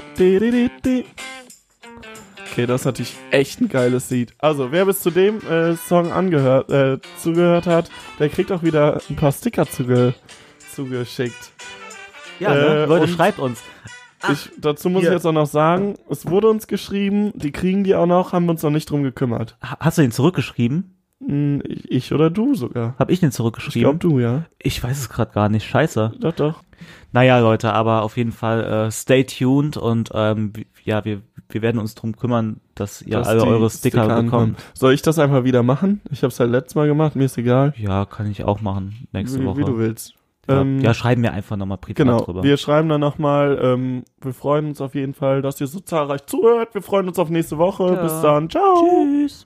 das ist natürlich echt ein geiles Lied. Also, wer bis zu dem äh, Song angehört, äh, zugehört hat, der kriegt auch wieder ein paar Sticker zuge zugeschickt.
Ja,
äh,
ne? Leute,
und-
schreibt uns.
Ich, dazu muss
hier.
ich jetzt auch noch sagen, es wurde uns geschrieben, die kriegen die auch noch, haben wir uns noch nicht drum gekümmert.
Ha- Hast du den zurückgeschrieben?
Hm, ich, ich oder du sogar.
Hab ich den
Ich glaube
zurückgeschrieben?
du, ja.
Ich, weiß es gerade gar nicht. Scheiße.
Doch, doch.
Naja, Leute, aber auf jeden Fall äh, stay tuned und ähm, w- ja, wir, wir werden uns drum kümmern, dass ihr
Dass
alle
die
eure Sticker,
ankommen.
bekommt.
Soll ich das einfach wieder machen? Ich habe es halt letztes Mal gemacht, mir ist egal.
Ja, kann ich auch machen nächste
wie,
Woche.
wie du willst.
Ja,
Ähm,
ja schreiben wir einfach nochmal privat
Genau,
drüber.
wir schreiben dann nochmal. Ähm, wir freuen uns auf jeden Fall, dass ihr so zahlreich zuhört. Wir freuen uns auf nächste Woche.
Ja.
Bis dann. Ciao.
Tschüss.